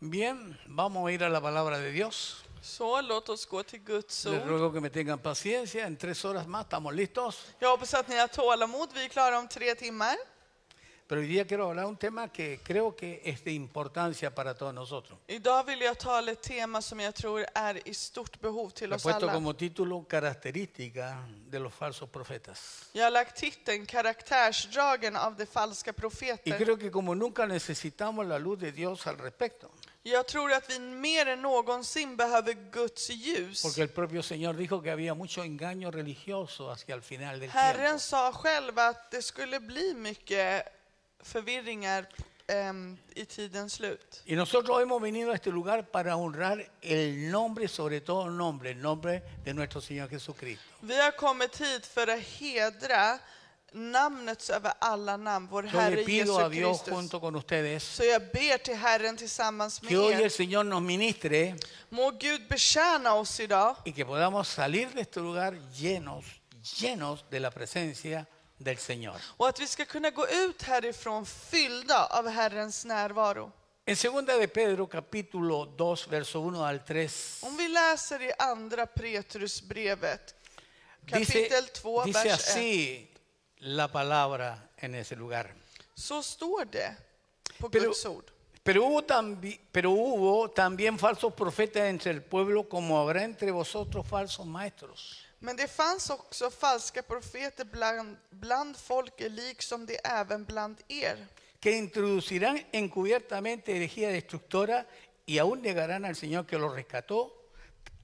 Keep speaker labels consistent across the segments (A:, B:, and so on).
A: Bien, vamos a ir a la palabra de Dios.
B: Så låt oss gå till Guds
A: Les
B: ord.
A: ruego que me tengan paciencia. En tres horas más estamos listos.
B: Jag hoppas att ni har tålamod. Vi är klara om tre timmar.
A: Pero hoy día quiero hablar de un tema que creo que es de importancia para todos nosotros.
B: Idag vill jag tala ett tema som jag tror är i stort behov till
A: Lo he
B: oss
A: puesto
B: alla.
A: como título característica de los falsos profetas.
B: Jag har lagt titeln Karaktärsdragen av de falska
A: Y
B: profeter.
A: creo que como nunca necesitamos la luz de Dios al respecto.
B: Jag tror att vi mer än någonsin behöver Guds ljus.
A: Porque el propio Señor dijo que había mucho engaño religioso hacia el final del tiempo.
B: Herren sa själv att det skulle bli mycket förvirringar ehm, i tidens slut.
A: Y nosotros hemos venido a este lugar para honrar el nombre, sobre todo el nombre, el nombre de nuestro Señor Jesucristo.
B: Vi har kommit hit för att hedra namnet över alla namn, vår
A: Yo le
B: Herre
A: pido a
B: Jesus
A: Dios
B: Kristus.
A: junto con ustedes
B: Så jag ber till Herren tillsammans med
A: que hoy el
B: er.
A: Señor nos ministre
B: Må Gud betjäna oss idag
A: y que podamos salir de este lugar llenos, llenos de la presencia del Señor.
B: och att vi ska kunna gå ut härifrån fyllda av Herrens närvaro.
A: En segunda de Pedro capítulo 2 verso 1 al 3
B: Om vi läser i andra Petrusbrevet
A: dice,
B: kapitel 2,
A: dice
B: vers 1,
A: así la palabra en ese lugar.
B: så står det på
A: Pero-
B: Guds ord.
A: Pero hubo, tambi- pero hubo también falsos profetas entre el pueblo, como habrá entre vosotros falsos maestros.
B: Men det fanns också falska profeter bland, bland folket, liksom det även bland er.
A: que introducirán encubiertamente herejía destructora y aún negarán al Señor que los rescató,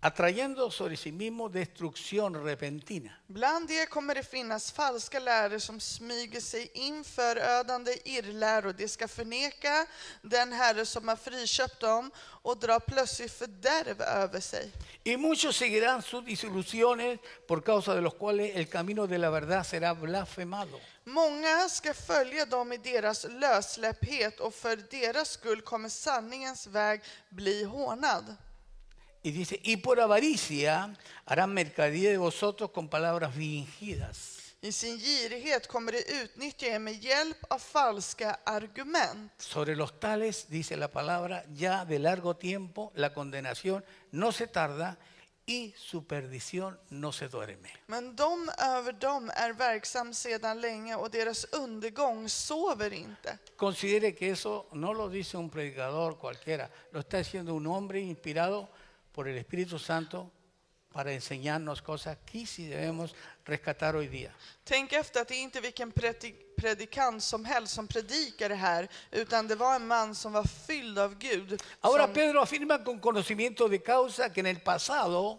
A: atrayendo sobre sí mismo destrucción repentina.
B: Bland er kommer det finnas falska lärare som smyger sig in förödande irrläror. De ska förneka den herre som har friköpt dem och dra plötsligt fördärv över sig.
A: Y muchos seguirán sus disoluciones, por causa de los cuales el camino de la verdad será blasfemado.
B: Många ska följa dem i deras lössläpphet och för deras skull kommer sanningens väg bli hånad.
A: Y dice, y por avaricia harán mercadería de vosotros con palabras fingidas.
B: I sin girighet kommer de utnyttja er med hjälp av falska argument.
A: Sobre los tales, dice la palabra, ya de largo tiempo la condenación no se tarda y su perdición no se duerme.
B: Men de över dem är verksam sedan länge och deras undergång sover inte.
A: Considere que eso no lo dice un predicador cualquiera, lo está diciendo un hombre inspirado por el Espíritu Santo para enseñarnos cosas que sí debemos rescatar hoy día.
B: Tänk efter att det är inte vilken predi- predikant som helst som predikar det här, utan det var en man som var fylld av Gud.
A: Ahora
B: som,
A: Pedro afirma con conocimiento de causa que en el pasado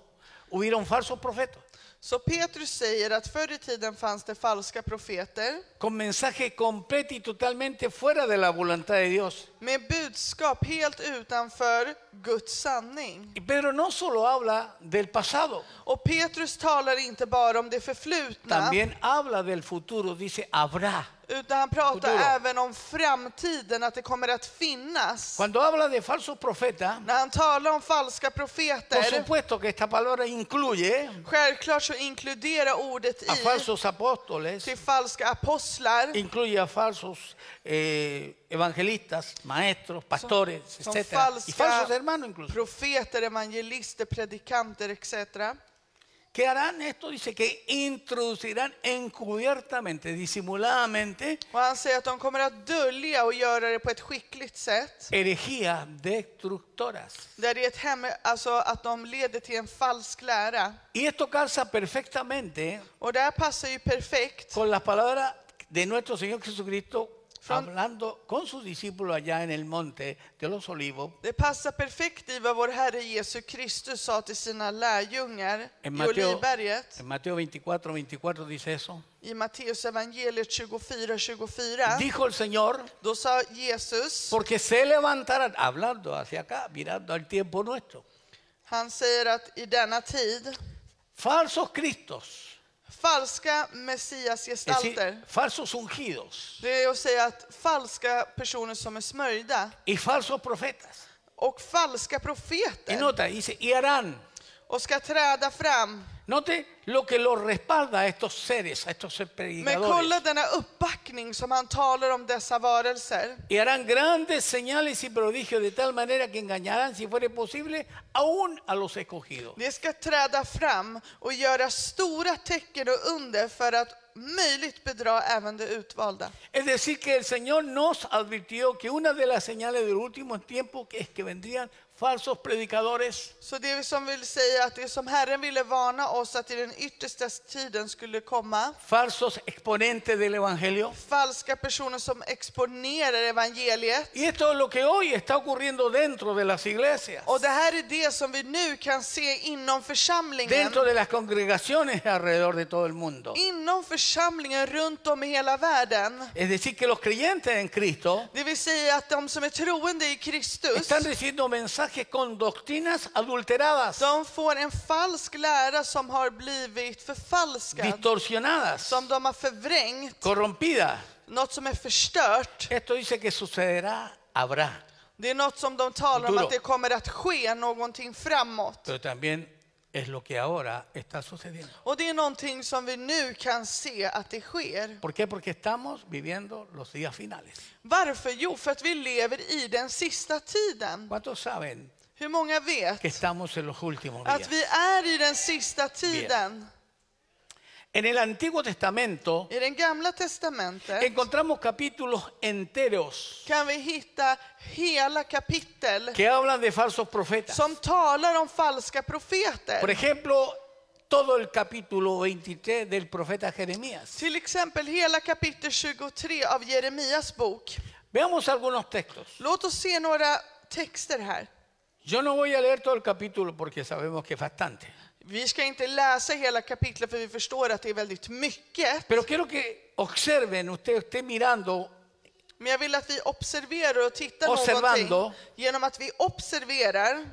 A: hubieron falsos profetas
B: så Petrus säger att förr i tiden fanns det falska profeter
A: con mensaje completo y totalmente fuera de la voluntad de Dios.
B: med budskap helt utanför Guds sanning.
A: Y Pedro no solo habla del pasado,
B: Och Petrus talar inte bara om det förflutna,
A: también habla del futuro, dice habrá.
B: utan han pratar
A: Futuro.
B: även om framtiden, att det kommer att finnas.
A: Cuando habla de falsos profetas,
B: När han talar om falska
A: Por
B: profeter,
A: supuesto que esta palabra incluye
B: självklart så inkluderar ordet
A: a
B: i
A: falsos apóstoles,
B: till falska apostlar
A: incluye a falsos eh, evangelistas, maestros, pastores,
B: son
A: etcétera, Y falsos
B: falsa-
A: hermanos incluso.
B: profeter, evangelister, predikanter etc.
A: ¿Qué harán esto? Dice que introducirán encubiertamente, disimuladamente,
B: Och han säger att de kommer att dölja och göra det på ett skickligt sätt.
A: herejías destructoras.
B: Där det är ett hem, alltså att de leder till en falsk lära.
A: Y esto calza perfectamente
B: Och det här passar ju perfekt
A: con las palabras de nuestro Señor Jesucristo
B: Son-
A: hablando con sus discípulos allá en el monte de los olivos
B: det passar perfekt i vad vår Herre Jesus Kristus sa till sina lärjungar i
A: En Mateo,
B: Olivberget.
A: en Mateo 24, 24 dice eso.
B: I Matteus evangeliet 24, 24.
A: Dijo el Señor,
B: Då sa Jesus,
A: porque se levantarán, hablando hacia acá, mirando al tiempo nuestro,
B: han säger att i denna tid
A: falsos cristos,
B: Falska
A: es decir,
B: messiasgestalter.
A: falsos ungidos
B: Det är att säga att falska personer som är smörjda
A: y falsos profetas.
B: och falska
A: Y
B: profeter
A: nota, dice, y harán,
B: och ska träda fram.
A: Note lo que los respalda a estos seres, a estos
B: Men
A: predicadores.
B: kolla denna uppbackning som han talar om dessa varelser.
A: Y harán grandes señales y prodigios de tal manera que engañarán, si fuere posible, aún a los escogidos.
B: Det ska träda fram och göra stora tecken och under för att möjligt bedra även de utvalda.
A: Es decir, que el Señor nos advirtió que una de las señales del último tiempo que es que vendrían falsos predicadores
B: Så det som vill säga att det som Herren ville varna oss att i den yttersta tiden skulle komma
A: falsos exponentes del Evangelio.
B: falska personer som exponerar evangeliet.
A: Y esto es lo que hoy está ocurriendo dentro de las iglesias,
B: Och det här är det som vi nu kan se inom församlingen.
A: dentro de las congregaciones alrededor de todo el mundo.
B: Inom församlingen runt om i hela världen.
A: Es decir, que los creyentes en Cristo
B: Det vill säga att de som är troende i Kristus,
A: están recibiendo mensajes con doctrinas adulteradas,
B: de får en falsk lära som har blivit förfalskad.
A: distorsionadas,
B: Som de har förvrängt,
A: corrompidas.
B: något som är förstört.
A: Esto dice que sucederá, habrá.
B: Det är något som de talar om
A: Futuro.
B: att det kommer att ske någonting framåt.
A: Pero también es lo que ahora está sucediendo.
B: Och det är någonting som vi nu kan se att det sker.
A: ¿Por qué? Porque estamos viviendo los días finales.
B: Varför? Jo, för att vi lever i den sista tiden.
A: ¿Cuántos saben
B: Hur många vet
A: que estamos en los últimos
B: att
A: días?
B: vi är i den sista tiden?
A: En el Antiguo Testamento
B: I den gamla testamentet
A: encontramos capítulos enteros
B: kan vi hitta hela kapitel
A: que hablan de falsos profetas.
B: som talar om falska
A: Por
B: profeter.
A: ejemplo, todo el capítulo 23 del profeta Jeremías.
B: Till exempel hela kapitel 23 av Jeremias bok.
A: Veamos algunos textos.
B: Låt oss se några texter här.
A: Yo no voy a leer todo el capítulo porque sabemos que es bastante.
B: Vi ska inte läsa hela kapitlet för vi förstår att det är väldigt mycket.
A: Pero quiero que observen, usted esté mirando
B: Men jag vill att vi observerar och tittar
A: Observando.
B: någonting genom att vi observerar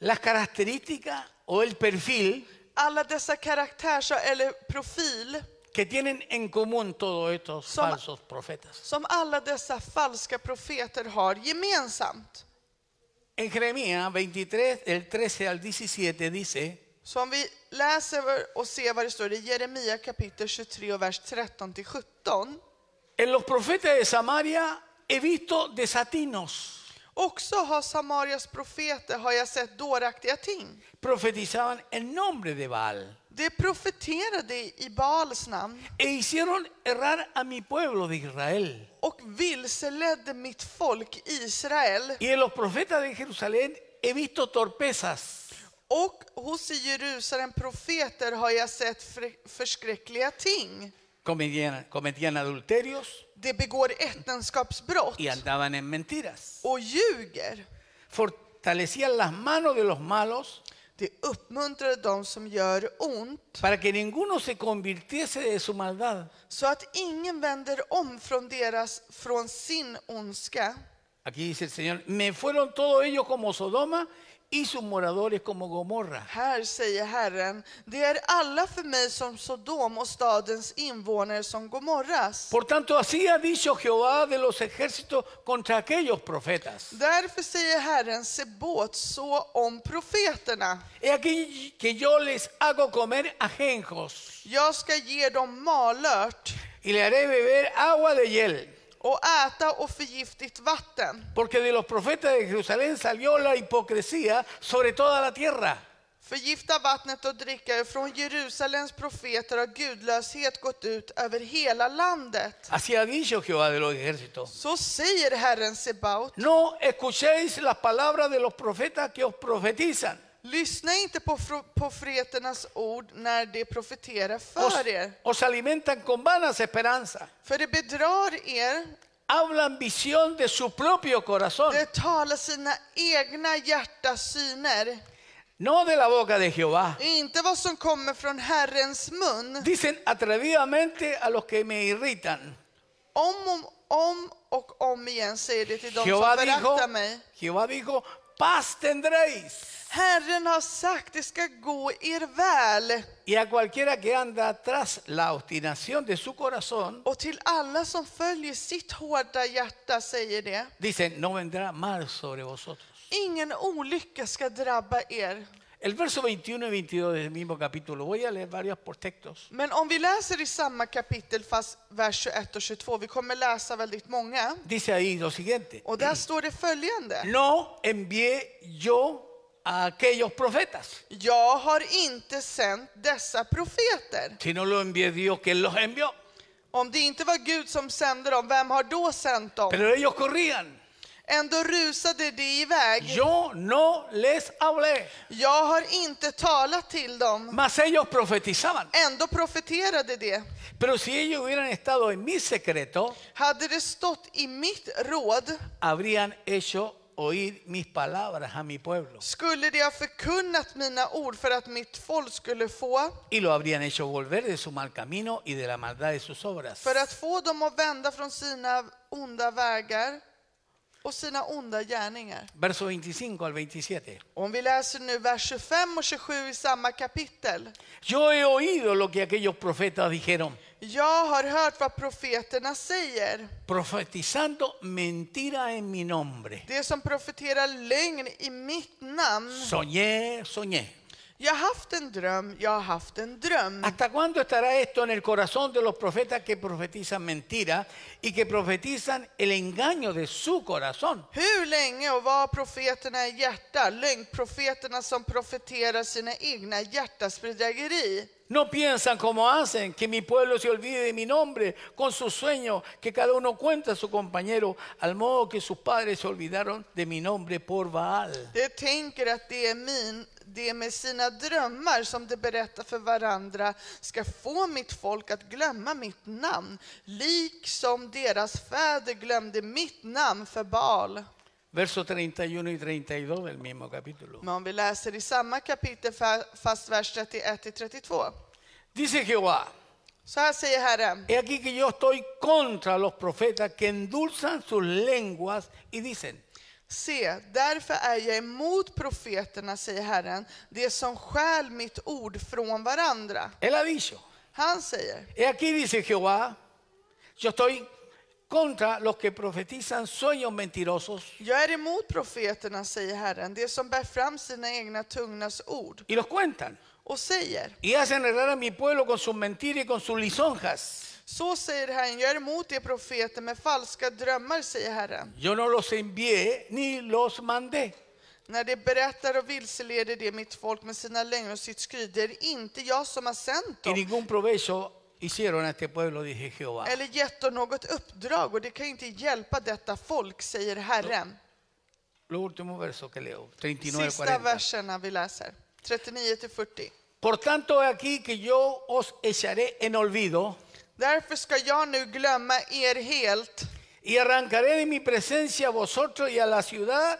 A: las características o el perfil
B: alla dessa karaktärs eller profil
A: que tienen en común todos estos
B: Som-
A: falsos profetas.
B: som alla dessa falska profeter har gemensamt.
A: En Jeremías 23, del 13 al 17 dice,
B: Så om vi läser och ser vad det står i Jeremia kapitel 23 och vers 13 till 17.
A: en los profetas de Samaria he visto desatinos,
B: Också har Samarias profeter har jag sett dåraktiga ting.
A: profetizaban en nombre de Baal
B: Det profeterade i Baals namn.
A: e hicieron errar a mi pueblo de Israel.
B: och vilseledde mitt folk Israel.
A: Y en los profetas de Jerusalén he visto torpezas,
B: Och hos i Jerusalem profeter har jag sett fre- förskräckliga ting.
A: cometían, cometían adulterios
B: De begår äktenskapsbrott
A: y andaban en mentiras.
B: och ljuger.
A: Fortalecían las manos de los malos
B: De uppmuntrar dem som gör ont
A: para que ninguno se convirtiese de su maldad.
B: så att ingen vänder om från deras, från sin ondska.
A: Aquí dice el Señor, me fueron todos ellos como Sodoma y sus moradores como Gomorra.
B: Här säger Herren, det är alla för mig som Sodom och stadens invånare som Gomorras.
A: Por tanto, así ha dicho Jehová de los ejércitos contra aquellos profetas.
B: Därför säger Herren Sebot så om profeterna.
A: He aquí que yo les hago comer ajenjos
B: Jag ska ge dem malört
A: y le haré beber agua de hiel.
B: och äta och förgiftigt vatten.
A: Porque de los profetas de Jerusalén salió la hipocresía sobre toda la tierra.
B: Förgifta vattnet och dricka från Jerusalems profeter har gudlöshet gått ut över hela landet.
A: Así ha dicho Jehová de los ejércitos.
B: Så säger Herren Sebaot.
A: No escuchéis las palabras de los profetas que os profetizan.
B: Lyssna inte på fro- profeternas ord när de profeterar
A: Os,
B: för er,
A: os alimentan con vanas esperanzas.
B: för de bedrar er.
A: Hablan visión de su propio corazón,
B: De talar sina egna hjärtas syner.
A: no de la boca de Jehová.
B: Inte vad som kommer från Herrens mun.
A: Dicen atrevidamente a los que me irritan.
B: Om, om, om och om igen säger det till dem
A: Jehová
B: som
A: dijo,
B: föraktar mig.
A: Jehová dijo, paz tendréis.
B: Herren har sagt det ska gå er väl.
A: Y a cualquiera que anda tras la obstinación de su corazón,
B: Och till alla som följer sitt hårda hjärta säger det.
A: dicen, no vendrá mal sobre vosotros.
B: Ingen olycka ska drabba er.
A: El verso 21 y 22 del mismo capítulo, voy a leer varios por textos.
B: Men om vi läser i samma kapitel fast vers 21 och 22, vi kommer läsa väldigt många.
A: Dice ahí lo siguiente,
B: Och där står det följande.
A: no envié yo a aquellos profetas,
B: Jag har inte sänt dessa profeter.
A: sino lo envié Dios que los envió.
B: Om det inte var Gud som sände dem, vem har då sänt dem?
A: Pero ellos corrían.
B: Ändå rusade de iväg.
A: Yo no les hablé,
B: Jag har inte talat till dem.
A: mas ellos profetizaban.
B: Ändå profeterade de.
A: Pero si ellos hubieran estado en mi secreto,
B: Hade det stått i mitt råd
A: habrían hecho oír mis palabras a mi pueblo
B: skulle de ha förkunnat mina ord för att mitt folk skulle få,
A: y lo habrían hecho volver de su mal camino y de la maldad de sus obras.
B: för att få dem att vända från sina onda vägar och sina onda gärningar.
A: Verso 25 al 27.
B: Om vi läser nu vers 25 och 27 i samma kapitel.
A: Yo he oído lo que aquellos profetas dijeron,
B: Jag har hört vad profeterna säger,
A: profetizando mentira en mi nombre.
B: det som profeterar lögn i mitt namn.
A: Soñé, soñé.
B: Jag har haft en dröm, jag har haft en dröm.
A: ¿Hasta cuándo estará esto en el corazón de los profetas que profetizan mentira y que profetizan el engaño de su corazón?
B: Hur länge och var profeterna i hjärta? Lögnprofeterna som profeterar sina egna hjärtas bedrägeri.
A: No piensan como hacen que mi pueblo se olvide de mi nombre con sus sueños, que cada uno cuenta a su compañero, al modo que sus padres se olvidaron de mi nombre por Baal.
B: De tänker att det är min, det är med sina drömmar som de berättar för varandra ska få mitt folk att glömma mitt namn, liksom deras fäder glömde mitt namn för Baal.
A: Versos 31 y 32 del mismo capítulo.
B: Men om vi läser i samma kapitel, fa- fast vers 31-32.
A: Dice Jehová,
B: Så här säger Herren.
A: he aquí que yo estoy contra los profetas que endulzan sus lenguas y dicen,
B: Se, därför är jag emot profeterna, säger Herren, det som stjäl mitt ord från varandra.
A: él ha dicho,
B: Han säger,
A: He aquí dice Jehová, yo estoy contra los que profetizan sueños mentirosos
B: jag är emot profeterna, säger Herren, det som bär fram sina egna tungnas ord
A: y los cuentan
B: och säger,
A: y hacen errar a mi pueblo con sus mentiras y con sus lisonjas.
B: så säger Herren, jag är emot de profeter med falska drömmar, säger Herren,
A: Yo no los envié ni los mandé.
B: när de berättar och vilseleder det mitt folk med sina lögner och sitt skryt. Det är inte jag som har sänt
A: Y
B: dem
A: ningún provecho hicieron a este pueblo, dice Jehová.
B: eller gett dem något uppdrag och det kan ju inte hjälpa detta folk, säger Herren.
A: Lo último verso que leo, 39,
B: Sista
A: 40.
B: verserna vi läser, 39 till 40.
A: Por tanto, he aquí que yo os echaré en olvido
B: Därför ska jag nu glömma er helt
A: y arrancaré de mi presencia a vosotros y a la ciudad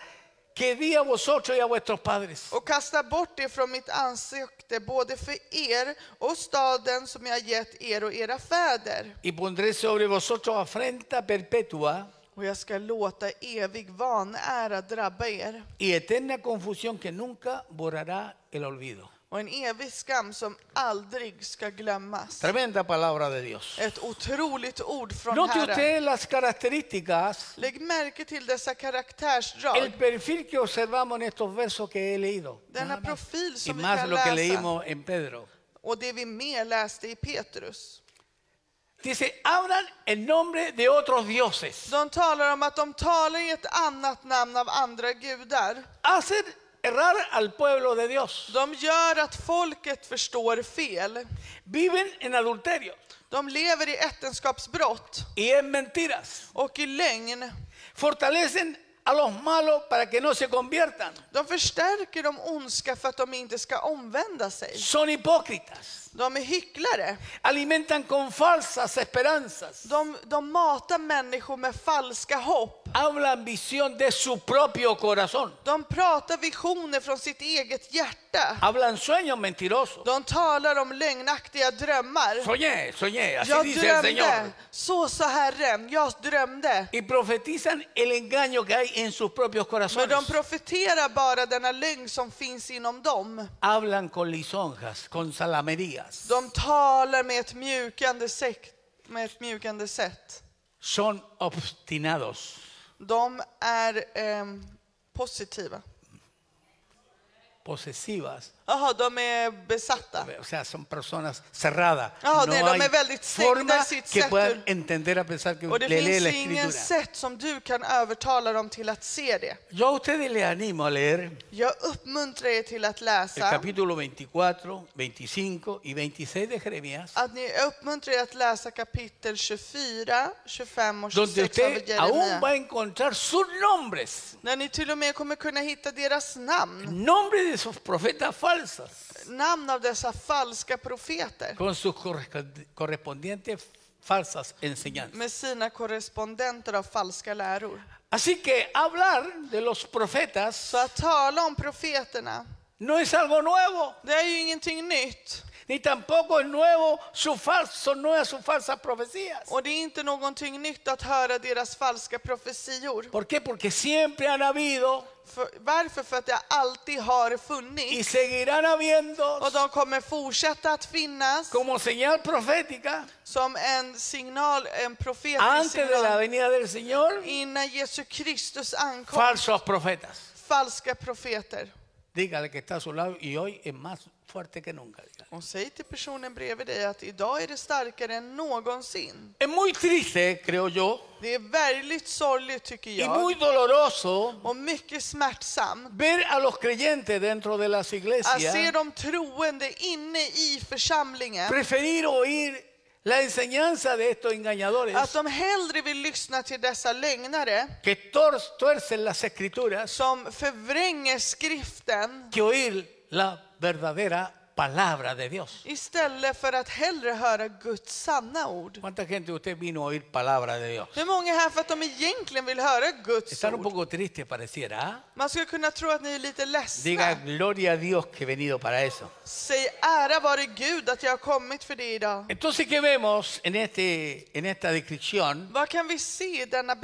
A: que di a vosotros y a vuestros padres.
B: och kasta bort er från mitt ansikte, både för er och staden som jag gett er och era fäder.
A: Y pondré sobre vosotros afrenta perpetua
B: Och jag ska låta evig vanära drabba er
A: y eterna confusión que nunca borrará el olvido.
B: och en evig skam som aldrig ska glömmas.
A: Tremenda palabra de Dios.
B: Ett otroligt ord från
A: Note
B: Herren.
A: usted las características,
B: Lägg märke till dessa
A: el
B: karaktärsdrag,
A: perfil que observamos en estos versos que he leído.
B: denna
A: Nada más.
B: profil
A: Y
B: som vi
A: más
B: kan
A: lo que
B: läsa
A: leímos en Pedro.
B: och det vi mer läste i Petrus.
A: Dice, hablan en nombre de otros dioses.
B: De talar om att de talar i ett annat namn av andra gudar.
A: Hacen errar al pueblo de Dios.
B: De gör att folket förstår fel.
A: Viven en adulterio
B: De lever i äktenskapsbrott
A: y en mentiras.
B: och i lögn.
A: Fortalecen a los malos para que no se conviertan.
B: De förstärker de ondska för att de inte ska omvända sig.
A: son hipócritas,
B: De är hycklare.
A: alimentan con falsas esperanzas,
B: De, de matar människor med falska hopp.
A: hablan visión de su propio corazón,
B: De pratar visioner från sitt eget hjärta.
A: hablan sueños mentirosos.
B: De talar om lögnaktiga drömmar.
A: Soñé, soñé, así
B: Jag
A: dice el
B: drömde,
A: Señor.
B: så sa Herren, jag drömde.
A: Y profetizan el engaño que hay en sus propios
B: Men
A: corazones.
B: de profeterar bara denna lögn som finns inom dem.
A: Hablan con lisonjas, con salamerías.
B: De talar med ett mjukande, sätt, med ett mjukande sätt.
A: Son obstinados.
B: De är ehm, positiva.
A: posesivas,
B: Jaha, de är besatta.
A: o sea, son personas cerradas.
B: Ah,
A: no
B: de- de
A: hay
B: är väldigt stängda
A: forma
B: i sitt
A: que
B: sätt
A: puedan
B: hur-
A: entender a pesar que
B: Och det
A: le lee la
B: finns ingen
A: escritura.
B: sätt som du kan övertala dem till att se det.
A: Yo a ustedes les animo a leer
B: Jag uppmuntrar er till att
A: el
B: läsa.
A: capítulo 24, 25 y 26 de Jeremías,
B: Att ni jag uppmuntrar er att läsa kapitel 24, 25 och
A: donde
B: 26 av
A: usted aún va
B: Jeremia.
A: a encontrar sus nombres,
B: När ni till och med kommer kunna hitta deras namn.
A: nombres de sus profetas falsas,
B: Namn av dessa falska profeter.
A: con sus corresponde- correspondientes falsas enseñanzas.
B: Med sina korrespondenter av falska läror.
A: Así que hablar de los profetas
B: Så att tala om profeterna,
A: no es algo nuevo,
B: det är ju ingenting nytt.
A: ni tampoco es nuevo su falso, nuevas sus falsas profecías.
B: Och det är inte någonting nytt att höra deras falska profetior.
A: ¿Por qué? Porque siempre han habido
B: För, varför? För att det alltid har
A: y
B: funnits.
A: seguirán habiendo
B: Och de kommer fortsätta att finnas
A: como señal profética
B: som en signal, en profetisk
A: antes de la
B: signal.
A: venida del Señor,
B: Innan Jesus Kristus ankom,
A: falsos profetas.
B: falska profeter.
A: Dígale que está a su lado y hoy es más fuerte que nunca. dígale.
B: Och säg till personen bredvid dig att idag är det starkare än någonsin.
A: Es muy triste, creo yo,
B: Det är väldigt sorgligt tycker
A: y
B: jag.
A: muy doloroso
B: Och mycket smärtsamt.
A: ver a los creyentes dentro de las
B: Att se
A: iglesias
B: de troende inne i församlingen.
A: preferir oír la enseñanza de estos engañadores
B: Att de hellre vill lyssna till dessa lögnare
A: que tor- tuercen las escrituras
B: som förvränger skriften
A: que oír la verdadera palabra de Dios.
B: istället för att hellre höra Guds sanna ord.
A: ¿Cuánta gente usted vino a oír palabra de Dios?
B: Hur många är här för att de egentligen vill höra Guds
A: Están un
B: ord?
A: poco tristes pareciera. ¿ah?
B: Man skulle kunna tro att ni är lite
A: Diga
B: ledsna.
A: gloria a Dios que he venido para eso.
B: Säg ära vare Gud att jag har kommit för det idag.
A: Entonces, ¿qué vemos en, este, en esta descripción?
B: Vad kan vi se i denna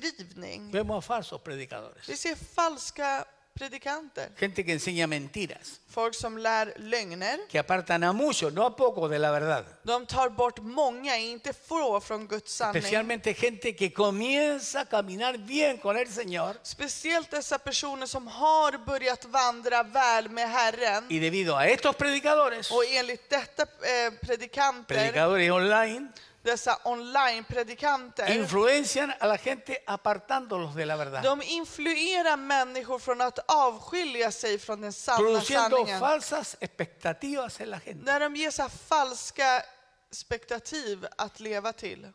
B: beskrivning?
A: Vemos a falsos predicadores.
B: Vi ser falska predikanter.
A: Gente que enseña mentiras,
B: Folk som lär lögner.
A: que apartan a muchos, no a pocos, de la verdad.
B: De tar bort många, inte få, från Guds sanning.
A: Especialmente gente que comienza a caminar bien con el Señor
B: Speciellt dessa personer som har börjat vandra väl med Herren.
A: y debido a estos predicadores,
B: Och enligt detta eh, predikanter,
A: predicadores online,
B: dessa online-predikanter,
A: influencian a la gente apartándolos de la verdad,
B: de influerar människor från att avskilja sig från den sanna
A: produciendo
B: sanningen.
A: falsas expectativas en la gente.
B: När de ger så här falska spektativ att leva till.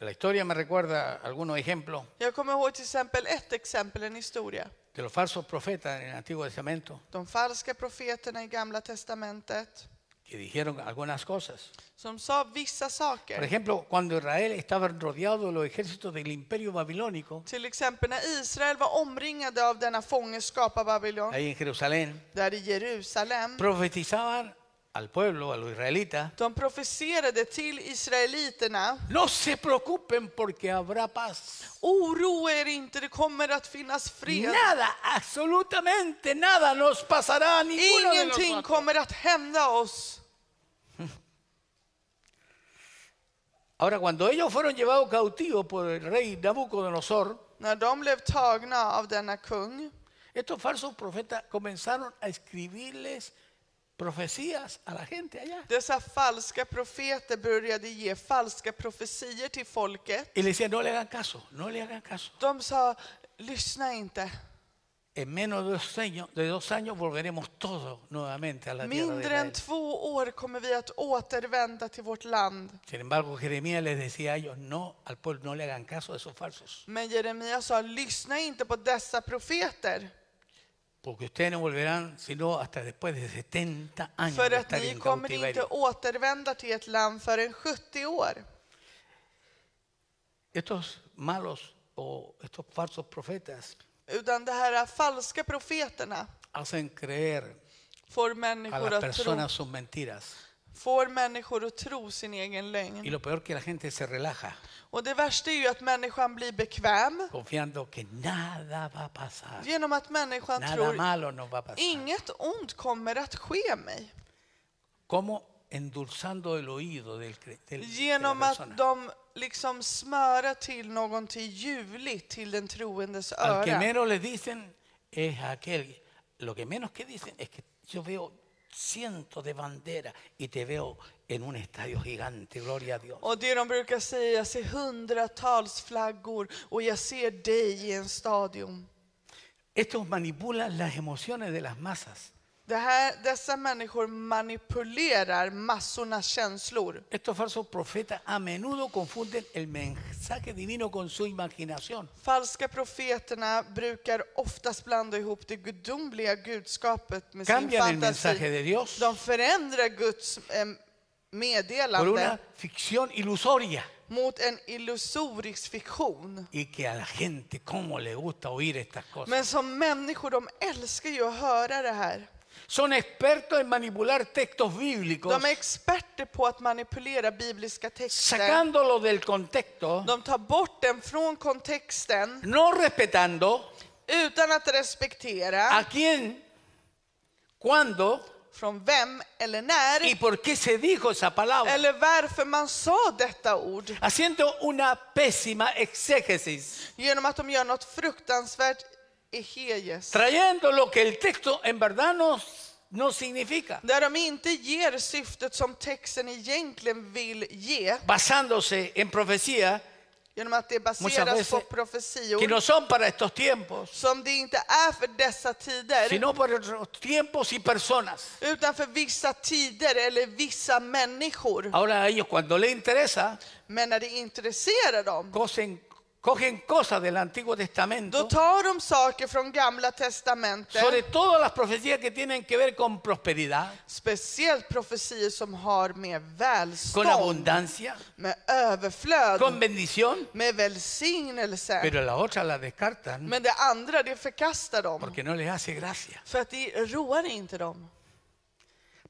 A: La historia me recuerda algunos ejemplos
B: Jag kommer ihåg till exempel ett exempel, en historia.
A: de los falsos profetas en el Antiguo Testamento
B: De falska profeterna i Gamla Testamentet.
A: que dijeron algunas cosas.
B: som sa vissa
A: Por
B: saker.
A: ejemplo, cuando Israel estaba rodeado de los ejércitos del imperio babilónico,
B: Till exempel när Israel var omringade av denna fångenskap av Babylon,
A: ahí en Jerusalén,
B: där i Jerusalem.
A: profetizaban al pueblo, a los israelitas,
B: De profeserade till israeliterna.
A: no se preocupen porque habrá paz.
B: Oroa er inte, det kommer att finnas fred.
A: Nada, absolutamente nada nos pasará a ninguno de
B: Ingenting
A: nosotros.
B: kommer att hända oss.
A: Ahora, cuando ellos fueron llevados cautivos por el rey Nabucodonosor,
B: När de blev tagna av denna kung
A: Estos falsos profetas comenzaron a escribirles profecías a la gente allá.
B: Dessa falska profeter började ge falska profetier till folket.
A: Y le decían, no le hagan caso, no le hagan caso.
B: De sa, lyssna inte.
A: En menos de dos años, de dos años volveremos todos nuevamente a la tierra de
B: Mindre än
A: Israel.
B: två år kommer vi att återvända till vårt land.
A: Sin embargo, Jeremías les decía a ellos, no, al pueblo no le hagan caso a esos falsos,
B: Men Jeremia sa, lyssna inte på dessa profeter,
A: porque ustedes no volverán sino hasta después de 70 años
B: för
A: de
B: att
A: estar
B: ni
A: en
B: kommer inte
A: cautiverio.
B: återvända till ett land förrän 70 år.
A: Estos malos o estos falsos profetas
B: Utan de här falska profeterna
A: hacen creer
B: får
A: a
B: människor
A: las
B: att tro,
A: personas sus mentiras.
B: får människor att tro sin egen
A: Y
B: lögn.
A: lo peor que la gente se relaja.
B: Och det värsta är ju att människan blir bekväm
A: confiando que nada va a pasar.
B: genom att människan
A: Nada
B: tror,
A: malo nos va a pasar.
B: inget ont kommer att ske mig.
A: Como endulzando el oído del, cre- del- de la
B: Genom att
A: persona.
B: de liksom smörar till någonting ljuvligt till den troendes
A: Al que
B: öra.
A: menos le dicen es a aquel Lo que menos que dicen es que yo veo cientos de banderas y te veo en un estadio gigante, gloria a Dios.
B: Och det de brukar säga, jag ser hundratals flaggor och jag ser dig i en stadion.
A: Estos manipulan las emociones de las masas.
B: Det här, dessa människor manipulerar massornas känslor.
A: Estos falsos profetas a menudo confunden el mensaje divino con su imaginación.
B: Falska profeterna brukar oftast blanda ihop det gudomliga gudskapet med sin
A: Cambian el mensaje
B: fantasi.
A: de Dios
B: De förändrar Guds eh,
A: por una
B: meddelande
A: ficción ilusoria
B: mot en illusorisk fiktion.
A: y que a la gente cómo le gusta oír estas cosas.
B: Men som människor, de älskar ju att höra det här.
A: Son expertos en manipular textos bíblicos
B: De är experter på att manipulera bibliska texter.
A: sacándolo del contexto,
B: De tar bort den från kontexten
A: no respetando
B: utan att respektera
A: a quién, cuándo
B: från vem eller
A: y
B: när
A: por qué se dijo esa palabra,
B: eller varför man sa detta ord.
A: haciendo una pésima exégesis,
B: Genom att de gör något fruktansvärt ehejes.
A: trayendo lo que el texto en verdad no, no significa,
B: Där de inte ger syftet som texten egentligen vill ge.
A: basándose en profecía
B: Genom att det
A: Muchas
B: baseras
A: veces
B: på
A: que
B: profetior.
A: no son para estos tiempos,
B: Som det inte är för dessa tider.
A: sino para otros tiempos y personas.
B: Utan för vissa tider eller vissa människor.
A: Ahora a ellos cuando les interesa,
B: Men när det intresserar dem.
A: cogen, cogen cosas del Antiguo
B: Då
A: Testamento,
B: tar de saker från gamla testamentet.
A: sobre todo las profecías que tienen que ver con prosperidad,
B: Speciellt profetier som har med
A: con
B: välstånd.
A: abundancia,
B: Med överflöd.
A: con bendición,
B: Med välsignelse.
A: pero las otras las descartan
B: Men det andra, det förkastar de.
A: porque no les hace gracia.
B: För att det roar inte dem.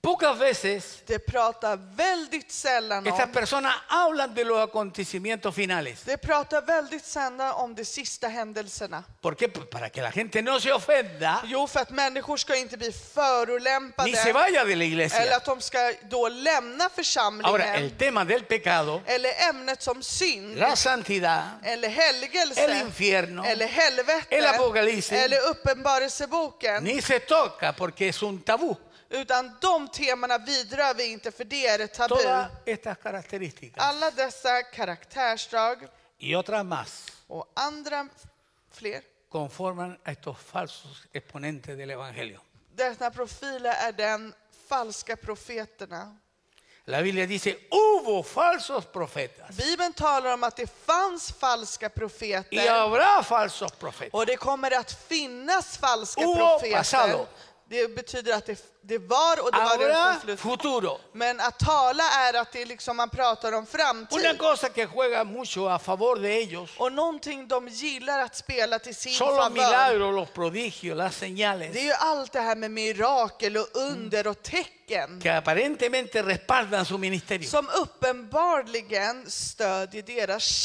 A: Pocas veces
B: Det pratar väldigt sällan
A: estas
B: om.
A: personas hablan de los acontecimientos finales.
B: Det pratar väldigt sällan om de sista händelserna.
A: ¿Por qué? Pues para que la gente no se ofenda
B: Jo, för att människor ska inte bli
A: ni se
B: förolämpade.
A: vaya de la
B: Eller
A: iglesia.
B: att de ska då lämna
A: Ahora, el
B: församlingen.
A: tema del pecado,
B: Eller ämnet som synd.
A: la santidad,
B: Eller
A: el
B: helgelse.
A: infierno,
B: Eller helvete.
A: El Apocalipsis.
B: Eller uppenbarelseboken.
A: ni se toca porque es un tabú.
B: Utan de temana vidrör vi inte för det är ett tabu.
A: Todas estas características.
B: Alla dessa karaktärsdrag
A: y otras más
B: och andra fler.
A: conforman a estos falsos exponentes del Evangelio.
B: Dessa profiler är den falska profeterna.
A: La Biblia dice, hubo falsos profetas
B: Bibeln talar om att det fanns falska
A: y
B: profeter
A: habrá falsos profetas.
B: och det kommer att finnas falska
A: Hubo
B: profeter.
A: pasado.
B: Det betyder att det, det var och det var det
A: Habrá
B: förflutna.
A: futuro.
B: Men att tala är att det är liksom man pratar om
A: Una
B: framtid.
A: cosa que juega mucho a favor de ellos
B: Och någonting de gillar att spela till sin
A: son los
B: favör.
A: milagros, los prodigios, las
B: Det är
A: señales
B: ju allt det här med mirakel och under och tecken.
A: que aparentemente respaldan su ministerio.
B: Som uppenbarligen stödjer deras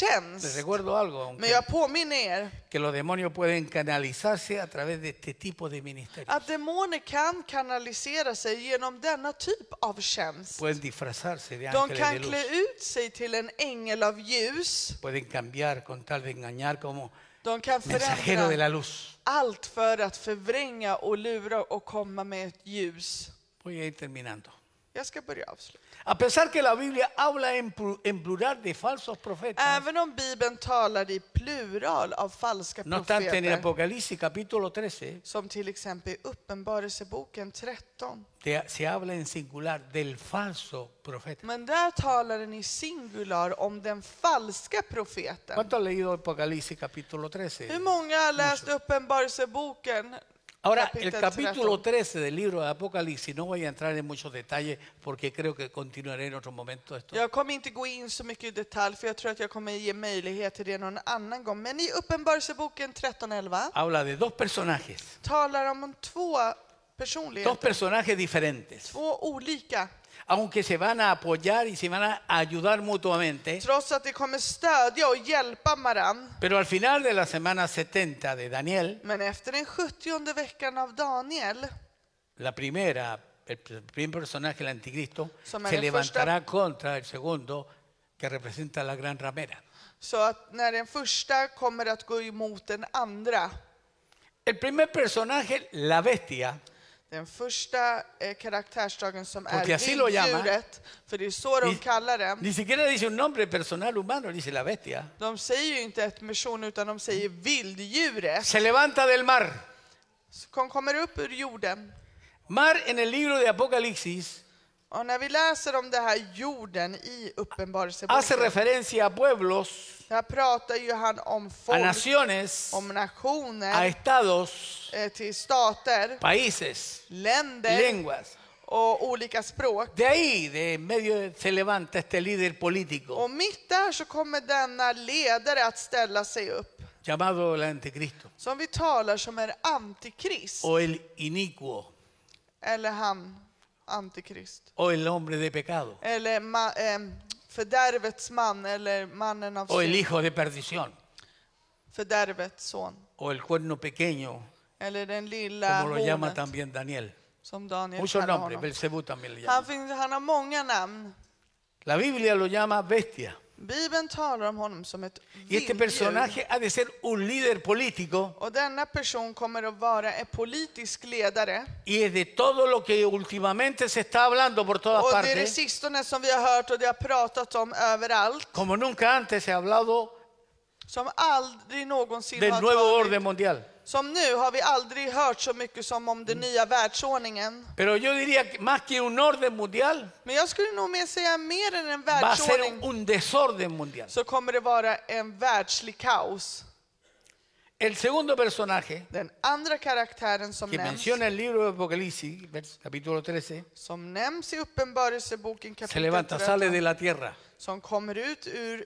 A: Les
B: tjänst.
A: recuerdo algo,
B: Men
A: aunque-
B: jag påminner er
A: que los demonios pueden canalizarse a través de este tipo de ministerio.
B: att demoner kan kanalisera sig genom denna typ av tjänst.
A: Pueden disfrazarse de
B: De
A: ángeles de
B: kan
A: luz.
B: klä ut sig till en ängel av ljus.
A: Pueden cambiar con tal de engañar como
B: De kan
A: mensajero de
B: förändra
A: la luz.
B: allt för att förvränga och lura och komma med ett ljus.
A: Voy a ir terminando.
B: Jag ska börja avsluta.
A: A pesar que la Biblia habla en, plu- en plural de falsos profetas,
B: Även om Bibeln talar i plural av falska
A: no obstante en el
B: profeter,
A: Apocalipsis capítulo 13
B: som till exempel i Uppenbarelseboken 13,
A: te- se habla en singular del falso profeta.
B: men där talar den i singular om den falska profeten.
A: ¿Cuánto han leído Apocalipsis capítulo
B: Hur
A: 13?
B: många har läst Uppenbarelseboken?
A: Ahora, el
B: kapitel
A: capítulo
B: 13?
A: 13 del libro de Apocalipsis, no voy a entrar en muchos detalles porque creo que continuaré en otro momento esto.
B: Jag kommer inte gå in så mycket i detalj för jag tror att jag kommer ge möjlighet till det någon annan gång. Men i Uppenbarelseboken 13.11
A: Habla de dos personajes,
B: talar om två
A: dos
B: personligheter,
A: personajes diferentes.
B: två olika.
A: aunque se van a apoyar y se van a ayudar mutuamente,
B: Trots att de kommer stödja och hjälpa varann.
A: pero al final de la semana 70 de Daniel,
B: Men efter den 70 veckan av Daniel,
A: la primera, el primer personaje, el anticristo,
B: So, me
A: se
B: refiero-
A: levantará contra el segundo que representa la gran ramera.
B: så att när den första kommer att gå emot den andra,
A: El primer personaje, la bestia,
B: Den första eh, karaktärsdragen som är
A: Porque así lo llama.
B: vilddjuret, för det är så de
A: Ni-
B: kallar det.
A: ni siquiera dice un nombre personal humano, dice la bestia.
B: De säger ju inte ett person utan de säger vilddjuret.
A: Se levanta del mar.
B: Som kommer upp ur jorden.
A: Mar en el libro de Apocalipsis
B: Och när vi läser om det här jorden i
A: hace
B: Uppenbarelseboken,
A: referencia a pueblos,
B: där pratar ju han om
A: a
B: folk,
A: naciones,
B: om
A: a
B: nationer,
A: estados,
B: eh, till stater,
A: países,
B: länder
A: lenguas.
B: och olika språk.
A: De ahí, de en medio, se levanta este líder político
B: Och mitt där så kommer denna ledare att ställa sig upp,
A: llamado el anticristo
B: som vi talar som är antikrist,
A: o el inicuo
B: eller han antikrist,
A: o el hombre de pecado
B: eller ma, eh, fördärvets man, eller mannen av
A: o el
B: synd,
A: hijo de perdición
B: fördärvets son,
A: o el cuerno pequeño,
B: eller den lilla
A: como lo llama
B: hornet,
A: también Daniel.
B: som Daniel
A: Muchos
B: kallar
A: nombres,
B: honom.
A: Belcebú también le
B: Han,
A: llama.
B: finns, han har många namn.
A: La Biblia lo llama bestia.
B: Bibeln talar om honom som ett
A: Y este
B: vilddjur.
A: personaje ha de ser un líder político
B: Och denna person kommer att vara en politisk ledare.
A: Y es de todo lo que últimamente se está hablando por todas
B: Och det är det
A: partes,
B: sistone som vi har hört och det har pratat om överallt.
A: como nunca antes se ha hablado
B: Som aldrig någonsin
A: del
B: har
A: nuevo
B: talat-
A: orden mundial.
B: Som nu har vi aldrig hört så mycket som om den nya världsordningen.
A: Pero yo diría que más que un orden mundial,
B: Men jag skulle nog mer säga mer än Ah, en
A: va a ser
B: världsordning.
A: un desorden mundial.
B: Så kommer det vara en världslig kaos.
A: El segundo personaje
B: Den andra karaktären som
A: que
B: nämns,
A: menciona el libro de Apocalipsis, vers- capítulo 13,
B: som nämns i Uppenbarelseboken
A: se
B: kapitel
A: levanta, sale
B: 13.
A: de la tierra.
B: som kommer ut ur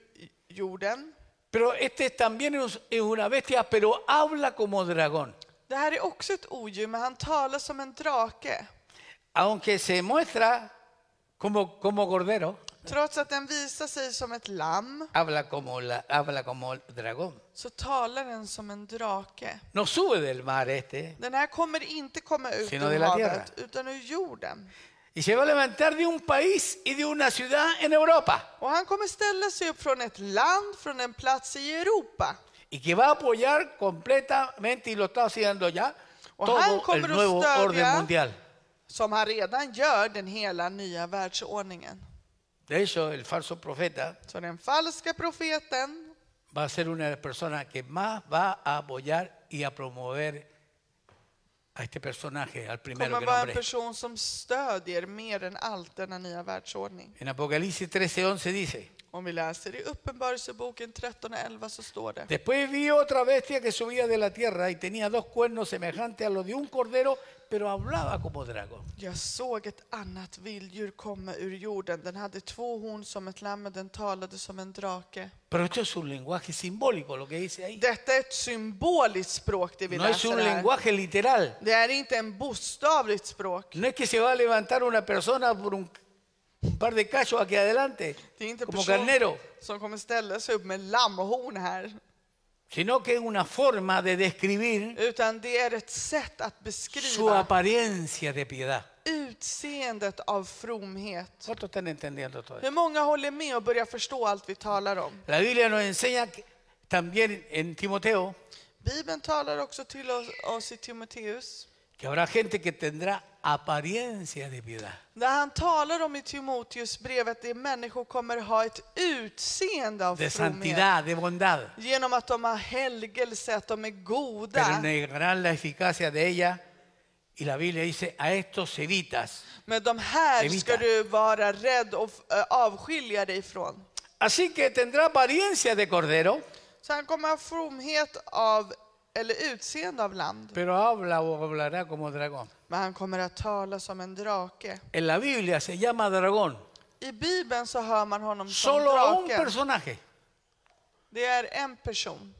B: jorden.
A: Pero este también es es una bestia, pero habla como dragón.
B: Det här är också ett odjur, men han talar som en drake.
A: Aunque se muestra como, como cordero,
B: Trots att den visar sig som ett lamm
A: habla como, la, habla como dragón.
B: så talar den som en drake.
A: No sube del mar este
B: Den här kommer inte komma ut
A: Sino de
B: ur
A: la
B: havet, utan ur jorden.
A: y se va a levantar de un país y de una ciudad en Europa
B: Och han kommer ställa sig upp från ett land, från en plats i Europa.
A: y que va a apoyar completamente y lo está haciendo ya
B: Ojalá
A: todo
B: como
A: el
B: los
A: nuevo
B: Estados
A: orden
B: Unidos.
A: mundial.
B: Som han redan gör, den hela nya världsordningen.
A: De hecho, el falso profeta
B: Så den falska profeten
A: va a ser una de las personas que más va a apoyar y a promover a este personaje, al primero
B: kommer
A: que
B: vara en
A: nombré.
B: person som stödjer mer än allt denna nya världsordning.
A: En Apocalipsis 13:11 dice,
B: Om vi läser i Uppenbarelseboken 13 och 11 så står det.
A: después vi otra bestia que subía de la tierra y tenía dos cuernos semejantes a los de un cordero, pero hablaba como dragón.
B: Jag såg ett annat vilddjur komma ur jorden. Den hade två horn som ett lamm och den talade som en drake.
A: Pero esto es un lenguaje simbólico, lo que dice ahí.
B: Detta är ett symboliskt språk det vi
A: No es
B: läser
A: un
B: här.
A: lenguaje literal.
B: Det är inte en bokstavligt språk.
A: No es que se va a levantar una persona por un, un par de callos aquí adelante,
B: Det är inte
A: como
B: person
A: carnero,
B: som kommer ställa sig upp med lammhorn här.
A: sino que es una forma de describir
B: Utan det är ett sätt att
A: su
B: beskriva
A: apariencia de piedad.
B: utseendet av fromhet.
A: ¿Cuántos están entendiendo todo esto?
B: Hur många håller med och börjar förstå allt vi talar om?
A: La Biblia nos enseña que- también en Timoteo
B: Bibeln talar också till oss, oss i Timoteus.
A: que habrá gente que tendrá apariencia de piedad.
B: Där han talar om i Timoteus brevet det människor kommer ha ett utseende av
A: de
B: fromhet.
A: santidad, de bondad,
B: Genom att de har helgelse, att de är
A: pero
B: goda.
A: negarán la eficacia de ella. Y la Biblia dice, a estos evitas.
B: Men de här
A: Levita.
B: ska du vara rädd och eh, avskilja dig ifrån.
A: Así que tendrá apariencia de cordero,
B: Så han kommer ha fromhet av, eller utseende av land.
A: pero habla o hablará como dragón.
B: Men han kommer att tala som en drake.
A: En la Biblia se llama dragón
B: I Bibeln så hör man honom som
A: solo a un
B: draken.
A: personaje.
B: Det är en person.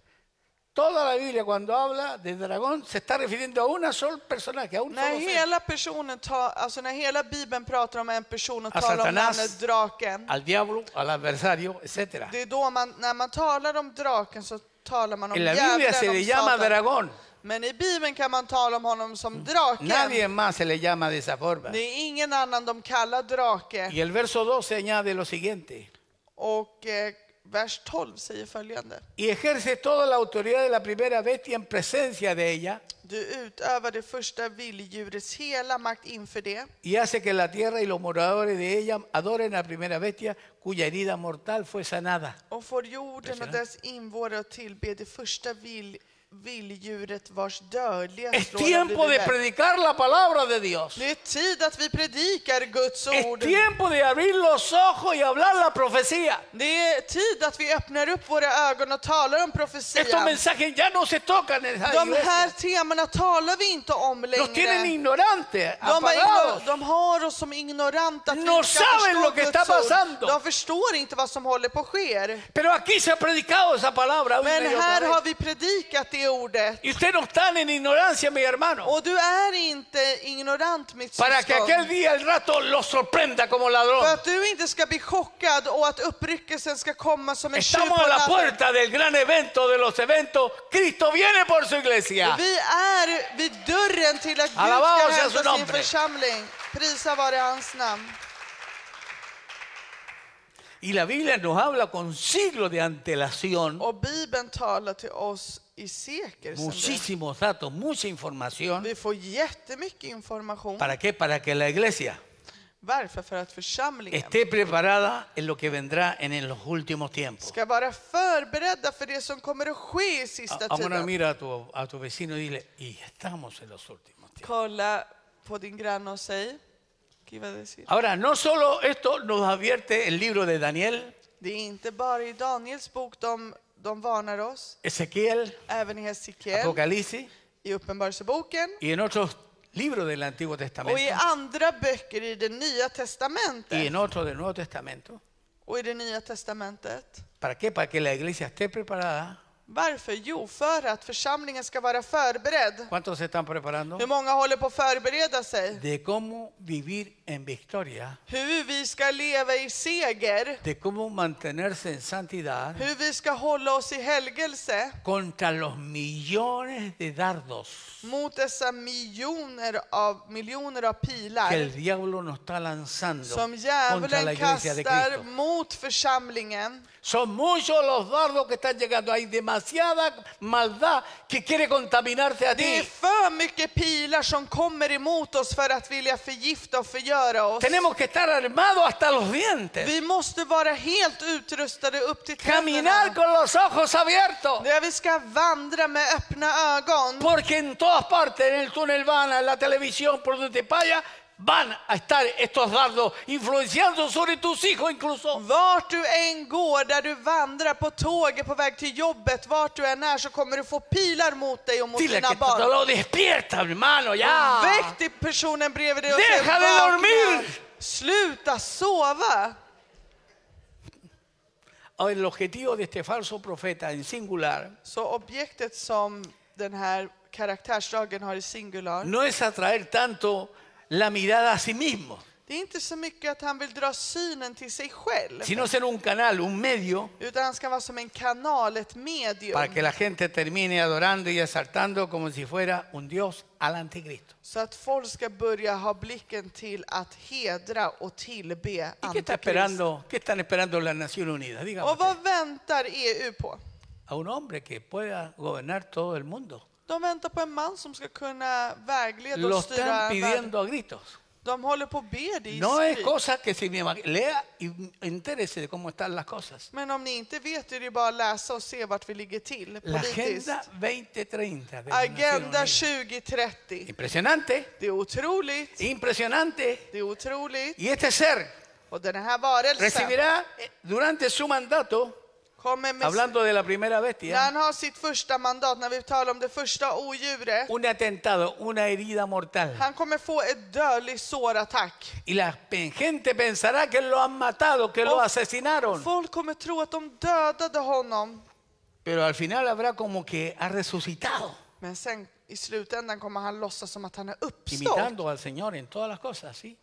A: Toda la Biblia cuando habla de dragón se está refiriendo a un solo personaje, a un
B: När
A: solo ser,
B: hela, personen ta, alltså när hela Bibeln pratar om en person och
A: Att
B: talar om
A: Satanas-
B: namnet draken,
A: al diablo, al adversario, etc.
B: det är då man, när man talar om draken så talar man om
A: En la Biblia se
B: djävulen,
A: le
B: om
A: llama
B: Satan.
A: dragón,
B: Men i Bibeln kan man tala om honom som draken.
A: nadie más se le llama de esa forma.
B: Det är ingen annan de kallar drake.
A: Y el verso 12 añade lo siguiente,
B: Och eh, vers 12 säger följande.
A: y ejerce toda la autoridad de la primera bestia en presencia de ella
B: Du utövar det första vilddjurets hela makt inför det.
A: y hace que la tierra y los moradores de ella adoren a la primera bestia cuya herida mortal fue sanada.
B: och får jorden och dess invånare att tillbe det första vill, vilddjuret vars dödliga
A: Es
B: strålar
A: tiempo de
B: blir där.
A: predicar la palabra de Dios.
B: Det är tid att vi predikar Guds
A: Es
B: ord.
A: tiempo de abrir los ojos y hablar la profecía.
B: Det är tid att vi öppnar upp våra ögon och talar om
A: Estos
B: profetian.
A: mensajes ya no se tocan en esa
B: De här
A: iglesia.
B: temana talar vi inte om
A: Los tienen
B: längre.
A: ignorantes,
B: De, är igno-
A: apagados.
B: de har oss som ignoranta. att vi
A: No
B: inte kan
A: saben
B: förstå
A: lo que
B: Guds
A: está
B: ord.
A: pasando.
B: De förstår inte vad som håller på att ske.
A: Pero aquí se ha predicado esa palabra. una
B: Men
A: y otra
B: här
A: vez.
B: har vi predikat det ordet.
A: Y ustedes no están en ignorancia, mi hermano.
B: Och du är inte ignorant mitt
A: Para que aquel
B: syskon.
A: día el rato los sorprenda como ladrón.
B: För att du inte ska bli chockad och att uppryckelsen ska komma som en tjuv
A: Estamos
B: på
A: a la
B: natten.
A: puerta del gran evento de los eventos. Cristo viene por su iglesia.
B: Vi är vid dörren till att Gud
A: Alabado
B: ska
A: sea su
B: hämta sin
A: nombre.
B: församling. Prisa vare hans namn.
A: Y la Biblia nos habla con siglos de antelación,
B: Och Bibeln talar till oss i sekel sedan dess.
A: muchísimos datos, mucha información.
B: Vi får jättemycket information.
A: ¿Para qué? Para que la iglesia
B: Varför? För att församlingen
A: esté preparada en lo que vendrá en, en los últimos tiempos.
B: ska vara förberedda för det som kommer att ske i sista
A: Ahora
B: tiden.
A: Ah, mira a tu, a tu vecino y dile, y estamos en los últimos tiempos.
B: Kolla på din granne och säg. Give it a seat.
A: Ahora, no solo esto nos advierte el libro de Daniel,
B: Det är inte bara i Daniels bok de, de varnar oss,
A: Ezequiel,
B: även i Hesekiel,
A: Apocalipsis
B: i Uppenbarelseboken
A: y en otros libros del Antiguo
B: och i
A: Testamento.
B: andra böcker i det nya
A: y
B: testamentet.
A: en otro del Nuevo Testamento.
B: Och i det nya testamentet.
A: ¿Para qué? Para que la iglesia esté preparada.
B: Varför? Jo, för att församlingen ska vara förberedd.
A: ¿Cuántos se están preparando?
B: Hur många håller på att förbereda sig?
A: De cómo vivir en victoria,
B: Hur vi ska leva i seger,
A: de cómo mantenerse en santidad
B: hur vi ska hålla oss i helgelse
A: contra los millones de dardos
B: mot dessa miljoner av, miljoner av
A: que
B: pilar
A: el diablo nos está lanzando
B: som
A: contra la
B: djävulen
A: iglesia de
B: kastar
A: Cristo.
B: mot församlingen.
A: Son muchos los dardos que están llegando. Hay demasiada maldad que quiere contaminarte a
B: Det är
A: ti.
B: för mycket pilar som kommer emot oss för att vilja förgifta och förgöra oss.
A: Tenemos que estar armados hasta los dientes.
B: Vi måste vara helt utrustade upp till
A: Caminar
B: tänderna.
A: con los ojos abiertos.
B: Där vi ska vandra med öppna ögon.
A: Porque en todas partes, en el túnel van, en la televisión, por donde te vaya, van a estar estos dardos influenciando sobre tus hijos incluso.
B: Vart du än går, där du vandrar på tåget på väg till jobbet, vart du än är så kommer du få pilar mot dig och mot
A: Dile
B: dina
A: que no
B: barn.
A: lo despierta, hermano,
B: Och
A: ya.
B: Väck till personen bredvid dig och
A: Deja
B: säg
A: de dormir!
B: vakna. Sluta sova.
A: Ah, El objetivo de este falso profeta en singular
B: Så objektet som den här karaktärsdragen har i singular
A: no es atraer tanto la mirada a sí mismo,
B: Det är inte så mycket att han vill dra synen till sig själv.
A: sino ser un canal, un medio
B: Utan han ska vara som en kanal, ett
A: para
B: medium.
A: que la gente termine adorando y exaltando como si fuera un dios al anticristo.
B: Så att folk ska börja ha blicken till att hedra och tillbe
A: ¿Y qué está
B: Antikrist.
A: esperando? ¿Qué están esperando las Naciones Unidas? Dígame.
B: Och
A: usted.
B: vad väntar EU på?
A: a un hombre que pueda gobernar todo el mundo.
B: De väntar på en man som ska kunna vägleda
A: Lo
B: och styra
A: están
B: världen.
A: pidiendo a gritos.
B: De håller på att be dig i
A: No es
B: skrik.
A: cosa que se me imag- lea y entérese de cómo están las cosas.
B: Men om ni inte vet är det bara att läsa och se vart vi ligger till
A: La
B: politiskt.
A: Agenda 2030. de las Naciones Unidas.
B: Agenda 2030.
A: Impresionante,
B: Det är otroligt.
A: impresionante.
B: Det är otroligt.
A: Y este ser
B: Och den här varelsen
A: recibirá eh, durante su mandato,
B: kommer med...
A: hablando de la primera
B: När
A: bestia,
B: han har sitt första mandat, när vi talar om det första odjuret,
A: un atentado, una herida mortal.
B: han kommer få ett dödligt sårattack.
A: Y la pe- gente pensará que lo han matado, que lo
B: Oh.
A: asesinaron.
B: Folk kommer tro att de dödade honom.
A: Pero al final habrá como que ha resucitado.
B: Men sen i slutändan kommer han låtsas som att han har uppstått.
A: imitando al Señor en todas las cosas, ¿sí?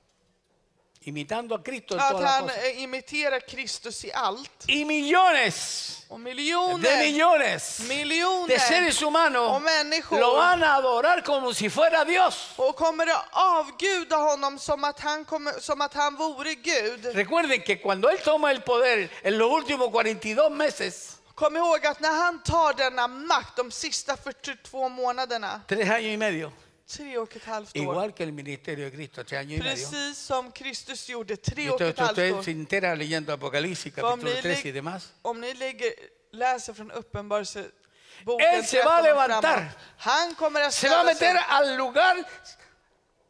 A: imitando a Cristo en
B: Att
A: todas las
B: han
A: cosas.
B: eh, imiterar Kristus i allt.
A: Y millones
B: Och
A: de
B: miljoner,
A: millones de
B: miljoner
A: seres humanos
B: och människor
A: lo van a adorar como si fuera Dios.
B: och kommer att avguda honom som att han, kommer, som att han vore Gud.
A: Recuerden que cuando Él toma el poder en los últimos 42 meses,
B: Kom ihåg att när han tar denna makt de sista 42 månaderna,
A: tres años y medio,
B: tre och ett halvt år,
A: igual que el ministerio de Cristo, tres años y medio.
B: precis som Kristus gjorde,
A: Y
B: tre och
A: esto,
B: ett
A: esto
B: halvt
A: usted se
B: år.
A: entera leyendo Apocalipsis
B: Vad
A: capítulo
B: blir
A: 3
B: det?
A: y demás.
B: Om ni lägger, läser från
A: Él
B: Uppenbarelseboken
A: se va a
B: 13 och
A: levantar.
B: framåt, han kommer att
A: Se va a
B: ställa
A: meter
B: sig,
A: al lugar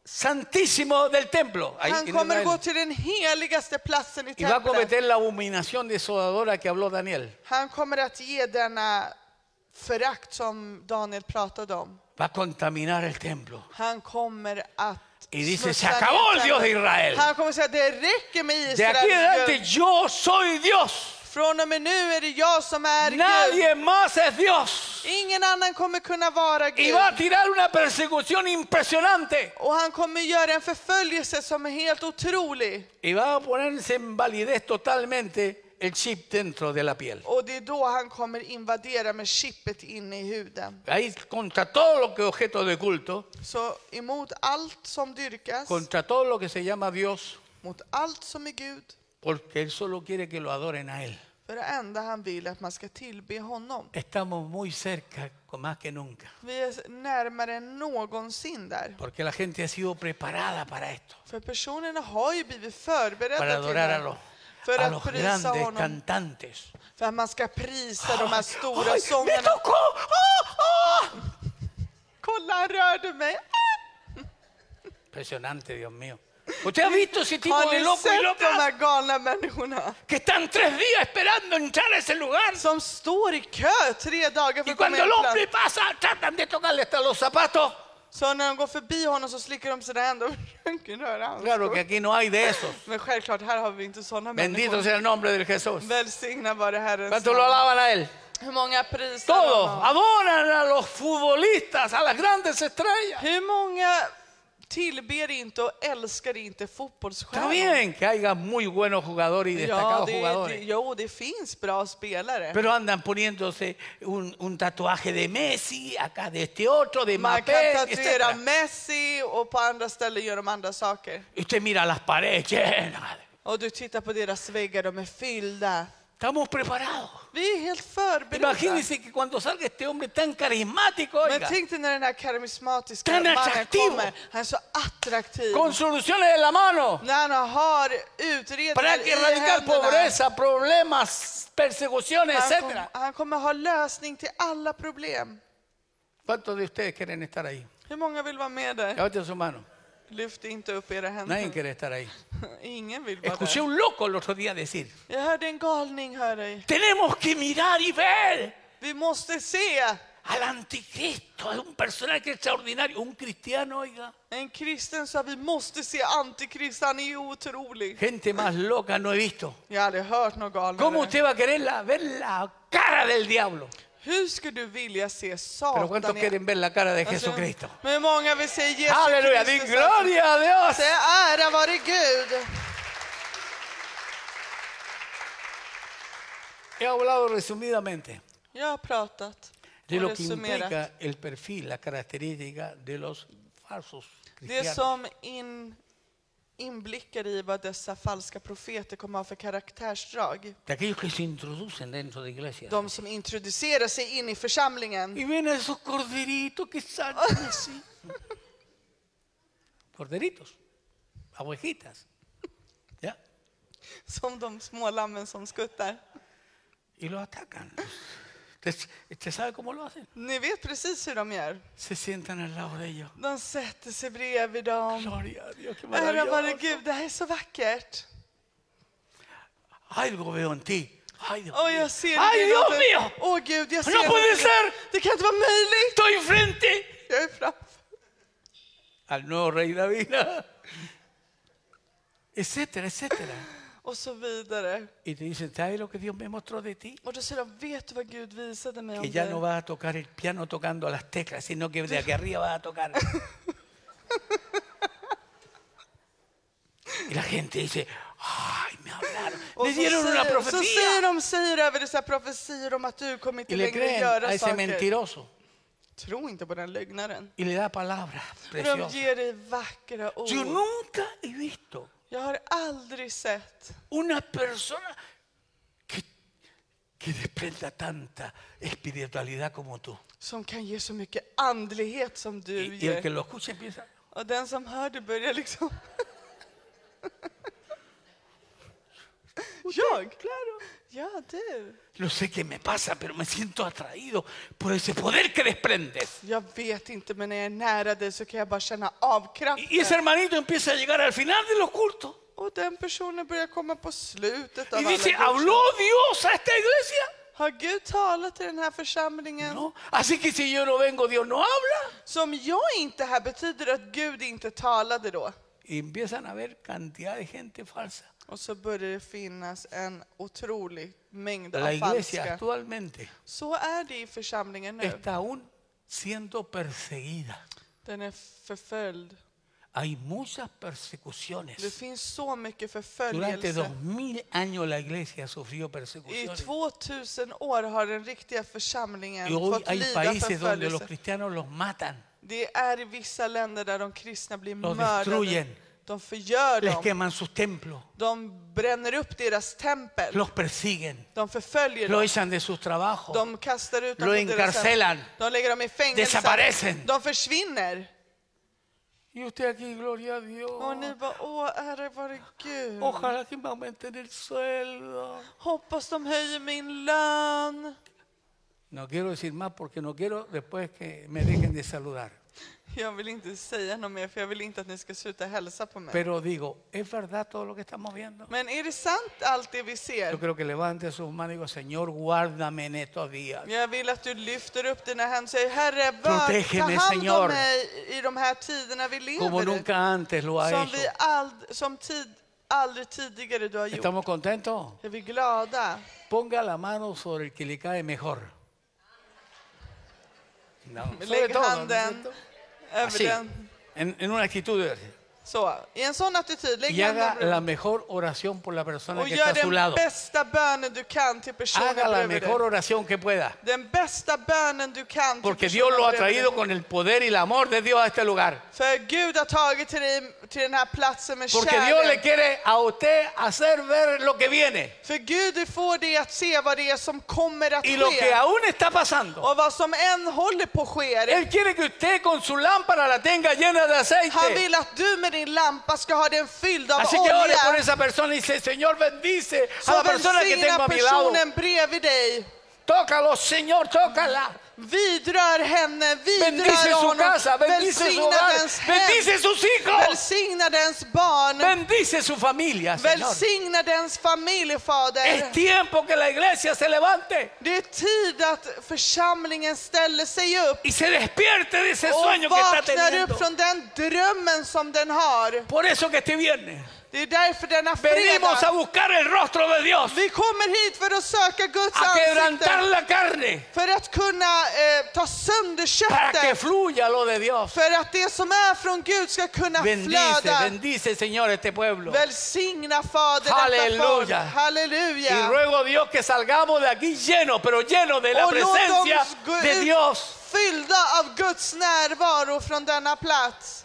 A: santísimo del templo. ahí en
B: han kommer att
A: Israel.
B: gå till den heligaste platsen i
A: y va a
B: templet.
A: cometer la abominación desodadora que habló Daniel.
B: Han kommer att ge denna förakt som Daniel pratade om.
A: Va a contaminar el templo.
B: Han kommer att
A: Y dice, se
B: smutsa
A: acabó
B: ner
A: el Dios de
B: templet."
A: Israel.
B: Han kommer säga det räcker med
A: De aquí en
B: Israels
A: adelante
B: Gud.
A: yo soy Dios.
B: Från och med nu är det jag som är Gud.
A: Nadie más es Dios.
B: Ingen annan kommer kunna vara
A: Y
B: Gud.
A: va a tirar una persecución impresionante.
B: Och han kommer göra en förföljelse som är helt otrolig.
A: Y va a ponerse en validez totalmente el chip dentro de la piel.
B: Och det är då han kommer invadera med chippet inne i huden.
A: Ahí contra todo lo que es objeto de culto,
B: Så emot allt som dyrkas,
A: contra todo lo que se llama Dios,
B: mot allt som är Gud,
A: porque Él solo quiere que lo adoren a Él.
B: för det enda han vill är att man ska tillbe honom.
A: Estamos muy cerca, con- más que nunca,
B: Vi är närmare än någonsin där.
A: porque la gente ha sido preparada para esto,
B: För personerna har ju blivit förberedda
A: para
B: till
A: adorar a
B: det.
A: los,
B: För
A: a
B: att
A: los
B: prisa
A: grandes
B: honom.
A: cantantes.
B: För att man ska prisa de här stora
A: ¡Ay, ¡Me
B: sångerna.
A: tocó! ¡Ah, ah!
B: Kolla, han rörde mig.
A: Impresionante, Dios mío. ¿Usted ha visto ese tipo
B: Har
A: de
B: ni
A: locos y
B: sett de
A: locas
B: här galna människorna?
A: que están tres días esperando entrar a ese lugar?
B: Som står i kö tre dagar för
A: Y
B: att
A: cuando
B: komma in
A: el
B: på
A: hombre
B: plats.
A: pasa, tratan de tocarle hasta los zapatos.
B: Så när de går förbi honom så slickar de sina händer och försöker röra hans
A: Claro
B: skor.
A: que aquí no hay de esos.
B: Men självklart, här har vi inte sådana
A: Bendito
B: människor.
A: sea el nombre de Jesús.
B: Välsigna vare Herrens
A: ¿Cuánto lo
B: namn.
A: alaban a Él?
B: Hur många prisar
A: Todos
B: honom?
A: adoran a los futbolistas, a las grandes estrellas.
B: Hur många tillber inte och älskar inte
A: Está
B: fotbollsstjärnor?
A: bien que haya muy buenos jugadores y
B: Ja,
A: destacados
B: det, det,
A: jugadores.
B: jo, det finns bra spelare.
A: Pero andan poniéndose un, un tatuaje de Messi, acá de este otro, de
B: Man kan
A: Mbappé,
B: tatuera
A: etcétera.
B: Messi och på andra ställen gör de andra saker.
A: Y Usted mira las paredes llenas.
B: Och du tittar på deras väggar, de är fyllda.
A: Estamos preparados.
B: Vi är helt förberedda.
A: Imagínense que cuando salga este hombre tan carismático,
B: Men
A: oiga,
B: tänk dig när den här karismatiska
A: Den är
B: mannen
A: attraktiv.
B: kommer. Han är så attraktiv.
A: con soluciones en la mano,
B: När han har
A: para
B: utredningar i
A: que erradicar
B: händerna.
A: pobreza, problemas, persecuciones,
B: Han,
A: etcétera.
B: kom, han kommer ha lösning till alla problem.
A: ¿Cuántos de ustedes quieren estar ahí?
B: Hur många vill vara med där?
A: Levanten su mano.
B: Lyft inte upp era händer.
A: Nadie quiere estar ahí.
B: Ingen vill vara
A: Escuché
B: där.
A: un loco el otro día decir,
B: Jag hörde en galning, hör dig.
A: tenemos que mirar y ver
B: Vi måste se.
A: al anticristo, a un personaje extraordinario, un cristiano, oiga.
B: En kristen sa vi måste se antikrist, han är ju otrolig.
A: Gente más loca no he visto.
B: Jag har aldrig hört något
A: ¿Cómo
B: galnare.
A: usted va a querer la- ver la cara del diablo?
B: Hur skulle du vilja se
A: Pero ¿cuántos
B: Satan? i-
A: quieren ver la cara de
B: Alltså,
A: Jesucristo?
B: Men hur många vill se Jesus
A: Aleluya, di
B: Kristus?
A: gloria a Dios.
B: Säg ära vare Gud.
A: He hablado resumidamente
B: Jag har pratat
A: de
B: och
A: lo que
B: resumerat.
A: implica el perfil, la característica de los falsos
B: Det
A: cristianos.
B: som in, inblickar i vad dessa falska profeter kommer ha för karaktärsdrag.
A: De aquellos que se introducen dentro de iglesias.
B: De som introducerar sig in i församlingen.
A: Y ven a esos corderitos que saltan así. Corderitos, a ovejitas. ¿Ya?
B: Som de små lammen som skuttar.
A: Y los atacan. Usted, usted sabe cómo lo hacen?
B: Ni vet precis hur de gör.
A: Se sientan al lado de ellos.
B: De sätter sig bredvid dem.
A: Gloria a Dios, qué
B: Ära vare
A: maravilloso.
B: Gud, det här är så vackert.
A: Algo veo en ti. Ay, Dios
B: Åh,
A: mío.
B: jag ser
A: Ay,
B: det
A: Dios
B: redan.
A: mío.
B: Åh Gud, jag ser
A: No puede
B: det.
A: ser.
B: Det kan inte vara möjligt.
A: Estoy frente
B: Jag är framför.
A: al nuevo rey David. Etcétera, etcétera.
B: Och så vidare.
A: Y te dicen, ¿sabes lo que Dios me mostró de ti?
B: Och då säger de, vet du vad Gud visade mig om
A: que ya no
B: dig?
A: vas a tocar el piano tocando las teclas, sino que de aquí arriba vas a tocar. Y la gente dice, ay, me hablaron,
B: Och
A: me
B: så,
A: dieron una
B: säger, så säger
A: profecía.
B: de, säger över dessa profetier om att du
A: Y
B: kommer inte
A: le
B: längre
A: creen
B: göra
A: a ese
B: saker.
A: mentiroso
B: Tro inte på den lögnaren.
A: y le da palabras
B: De
A: preciosas.
B: ger dig vackra
A: Yo
B: ord.
A: nunca he visto
B: Jag har aldrig sett
A: una persona que, que desprenda tanta espiritualidad como tú.
B: som kan ge så mycket andlighet som du
A: Y, y el que
B: ger.
A: lo escucha empieza,
B: Och den som hör det börjar liksom... Jag? Ja, du.
A: no sé qué me pasa, pero me siento atraído por ese poder que desprendes.
B: Jag vet inte, men när jag är nära dig så kan jag bara känna av
A: Y, y ese
B: kraften.
A: hermanito empieza a llegar al final de los cultos
B: Och den personen börjar komma på slutet av
A: y
B: alla
A: dice,
B: gudstjänster.
A: ¿habló Dios a esta iglesia?
B: Har Gud talat till den här församlingen?
A: No. Así que si yo no vengo, Dios no habla.
B: Så om jag inte är här betyder det att Gud inte talade då.
A: Y empiezan a haber cantidad de gente falsa.
B: Och så börjar det finnas en otrolig mängd
A: La
B: av
A: iglesia
B: falska.
A: actualmente
B: Så är det i församlingen nu.
A: está aún siendo perseguida.
B: Den är förföljd.
A: Hay muchas
B: Det
A: persecuciones.
B: finns så mycket
A: Durante
B: förföljelse.
A: dos mil años la iglesia sufrió
B: I
A: persecuciones.
B: 2000 år har den riktiga
A: Y
B: församlingen
A: hoy
B: fått
A: hay
B: lida
A: países donde los
B: förföljelse.
A: cristianos los matan,
B: Det är i vissa länder där de kristna blir
A: Los
B: mördade.
A: destruyen.
B: De förgör
A: les
B: dem.
A: queman sus templos,
B: De bränner upp deras tempel.
A: los persiguen,
B: De förföljer
A: lo
B: dem.
A: echan de sus trabajos.
B: De kastar ut dem
A: Lo
B: på deras
A: encarcelan.
B: hem. De lägger dem i fängelse.
A: Desaparecen.
B: De försvinner.
A: Y usted aquí, gloria a Dios.
B: Och ni bara, åh, ära vare Gud.
A: Ojalá que me aumenten el sueldo.
B: Hoppas de höjer min lön.
A: No quiero decir más porque no quiero después que me dejen de saludar.
B: Jag vill inte säga något mer, för jag vill inte att ni ska sluta hälsa på mig.
A: Pero digo, ¿es verdad todo lo que estamos viendo?
B: Men är det sant allt det vi
A: Yo
B: ser?
A: creo que levante sus manos y digo, Señor, guárdame en estos días.
B: Jag vill att du lyfter upp dina händer och säger, Herre, var, ta
A: Protégeme,
B: hand
A: Señor.
B: om mig i de här tiderna vi
A: Como
B: lever i.
A: nunca antes lo ha
B: Som,
A: hecho.
B: vi ald- som tid, aldrig tidigare du har gjort.
A: ¿Estamos contentos?
B: Är vi glada?
A: Ponga la mano sobre el que le cae mejor. No, sobre
B: Lägg
A: todo, ¿no es
B: handen
A: cierto?
B: över
A: Así,
B: den.
A: en, en una actitud de-
B: Så, i en sån attityd, lägg
A: Y
B: handen
A: haga
B: över
A: la
B: den.
A: mejor oración por la persona
B: Och
A: que está
B: gör
A: a su
B: den
A: lado.
B: bästa bönen du kan till personen
A: Haga la
B: bredvid dig.
A: mejor oración que pueda.
B: Den bästa bönen du kan till
A: Porque
B: personen
A: Dios lo ha
B: bredvid dig.
A: traído con el poder y el amor de Dios a este lugar.
B: För Gud har tagit till dig till den här platsen med
A: Porque Dios le
B: kärlek.
A: quiere a usted hacer ver lo que viene
B: För Gud vill få dig att se vad det är som kommer att
A: y lo que
B: ske.
A: aún está pasando.
B: Och vad som än håller på att ske.
A: Él quiere que usted con su lámpara la tenga llena de
B: Han
A: aceite.
B: vill att du med din lampa ska ha den fylld av
A: Así que ore por
B: olja.
A: esa persona y dice, Señor, bendice a
B: Så
A: la persona que tengo
B: välsigna
A: a mi lado.
B: personen bredvid dig.
A: Tócalo, Señor, tócala.
B: Vidrör henne,
A: Bendice
B: vidrör
A: su
B: honom.
A: casa, bendice su
B: Välsigna
A: hogar,
B: dens hem.
A: bendice sus hijos,
B: Välsigna dens barn.
A: bendice su familia, Señor.
B: Välsigna dens familj, Fader.
A: Es tiempo que la iglesia se levante
B: Det är tid att församlingen ställer sig upp
A: y se despierte de ese sueño
B: och
A: que está
B: vaknar upp
A: teniendo.
B: från den drömmen som den har.
A: Por eso que este viernes
B: Det är därför denna
A: venimos a
B: fredag,
A: buscar el rostro de Dios,
B: vi kommer hit för att söka Guds
A: a quebrantar
B: ansikte,
A: la carne
B: för att kunna eh, ta sönder
A: para que
B: köttet,
A: fluya lo de Dios.
B: för att det som är från Gud ska kunna
A: Bendice,
B: flöda.
A: bendice Señor este pueblo.
B: Välsigna Fader detta folk.
A: Halleluja. Y
B: Halleluja.
A: ruego Dios que salgamos de aquí llenos, pero llenos de la
B: Och låt
A: presencia
B: oss gå
A: de
B: ut
A: Dios.
B: fyllda av Guds närvaro från denna plats.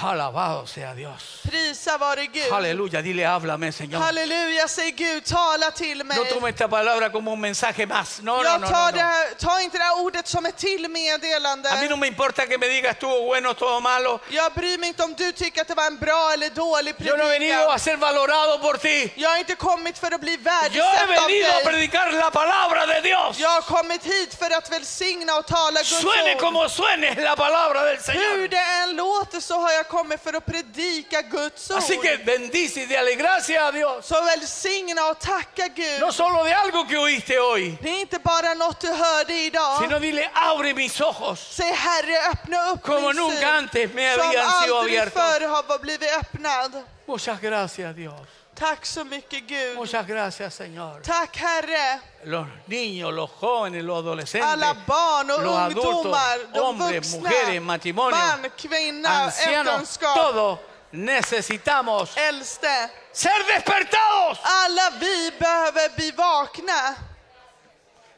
A: Alabado sea Dios.
B: Prisa vare Gud.
A: Aleluya, dile, háblame, Señor.
B: Halleluja, säger Gud, tala till mig.
A: No tome esta palabra como un mensaje más. No, no,
B: jag
A: no.
B: tar
A: no,
B: Det
A: no.
B: här, ta inte det här ordet som ett till meddelande.
A: A mí no me importa que me digas estuvo bueno, estuvo malo.
B: Jag bryr mig inte om du tycker att det var en bra eller dålig
A: Yo
B: predikan.
A: no he venido a ser valorado por ti.
B: Jag har inte kommit för att bli
A: Yo he
B: värdesatt av
A: venido a
B: dig.
A: predicar la palabra de Dios.
B: Jag har kommit hit för att välsigna och tala Guds
A: Suene
B: ord.
A: como suene la palabra del
B: Hur
A: Señor.
B: det än låter så har jag kommit för att predika Guds ord.
A: Así que bendice y dale gracias a Dios.
B: Så välsigna och tacka Gud.
A: No solo de algo que oíste hoy,
B: Det är inte bara något du hörde idag.
A: sino dile, abre mis ojos.
B: Säg Herre, öppna upp
A: Como
B: min
A: nunca
B: syn.
A: antes me
B: Som
A: habían sido
B: aldrig
A: abiertos.
B: förr har blivit öppnad.
A: Muchas gracias, Dios.
B: Tack så mycket Gud.
A: Muchas gracias, Señor.
B: Tack Herre.
A: los niños, los jóvenes, los adolescentes,
B: Alla barn och
A: los adultos,
B: ungdomar, de
A: hombres,
B: vuxna,
A: mujeres, matrimonio,
B: man, kvinna,
A: ancianos,
B: äktenskap,
A: todos necesitamos
B: Äldste,
A: ser despertados.
B: alla vi behöver bli vakna.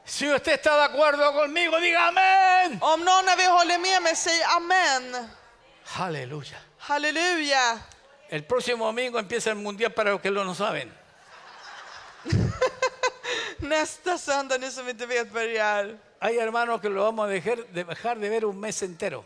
A: Si usted está de acuerdo conmigo, diga amén.
B: Om någon av er håller med mig, säg amen.
A: Aleluya.
B: Halleluja.
A: El próximo domingo empieza el mundial para los que lo no saben.
B: Nästa söndag, ni som inte vet vad det är.
A: Hay hermanos que lo vamos a dejar, de- dejar de ver un mes entero.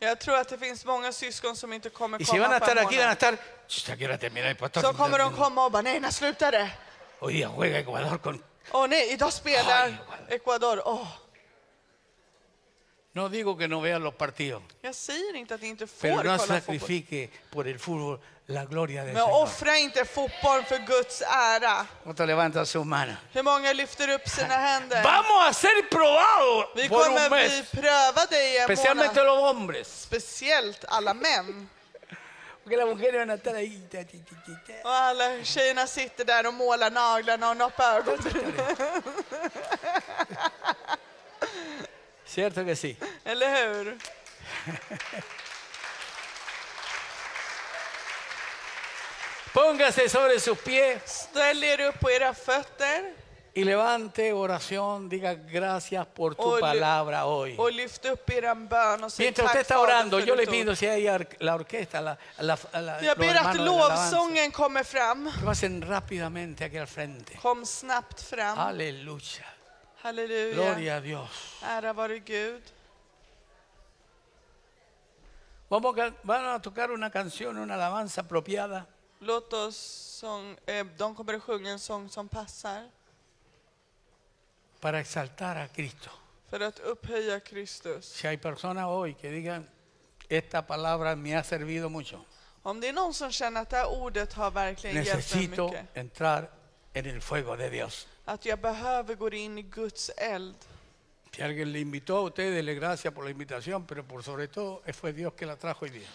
B: Jag tror att det finns många syskon som inte kommer
A: Y si van a
B: komma på
A: estar
B: en
A: aquí, van a
B: månad.
A: estar. "Ch, ¿A qué hora termina el pastor?
B: Så kommer de komma och bara, nej, när slutar det?
A: Hoy día juega Ecuador con.
B: Åh nej, idag
A: Oj,
B: spelar
A: vad-
B: Ecuador. Åh,
A: No digo que no vean los partidos,
B: jag säger inte att ni inte får
A: pero no
B: kolla fotboll.
A: sacrifique por el fútbol la gloria del
B: Men
A: Señor.
B: offra inte fotboll för Guds ära.
A: ¿Cuánto levanta su mano?
B: Hur många lyfter upp sina händer?
A: Vamos a ser probados
B: Vi
A: por un
B: kommer bli
A: mes,
B: prövade i en
A: especialmente
B: månad.
A: los hombres,
B: Speciellt alla män.
A: porque las mujeres van a estar ahí. ta, ti, ti, ti, ta.
B: Och alla tjejerna sitter där och målar naglarna och noppar ögonbrynen.
A: ¿Cierto que sí?
B: Eller hur?
A: Póngase sobre sus pies.
B: Ställ er upp på era fötter
A: Y levante oración, diga gracias por tu
B: Ole-
A: palabra hoy.
B: och lyft upp er bön och säg
A: Mientras usted
B: tack
A: está
B: Fader,
A: orando,
B: för
A: yo le
B: ditt ord.
A: pido si hay ar- la orquesta, la, la, la-
B: Jag
A: los
B: ber
A: hermanos
B: att
A: de la alabanza,
B: lovsången kommer fram.
A: que pasen rápidamente aquí al frente.
B: Kom snabbt fram.
A: Aleluya.
B: Halleluja.
A: Gloria a Dios.
B: Ära vare Gud.
A: Vamos a, can- van a tocar una canción, una alabanza apropiada.
B: Låt oss sång, eh, de kommer att sjunga en sång som passar
A: para exaltar a Cristo.
B: för att upphöja Kristus.
A: Si hay personas hoy que digan, esta palabra me ha servido mucho,
B: Om det är någon som känner att det här ordet har verkligen hjälpt mig
A: necesito
B: mycket,
A: entrar en el fuego de Dios.
B: att jag behöver gå in i Guds eld.
A: Si alguien le invitó a usted, dele gracias por la invitación, pero por sobre todo eh, fue Dios que la trajo hoy día.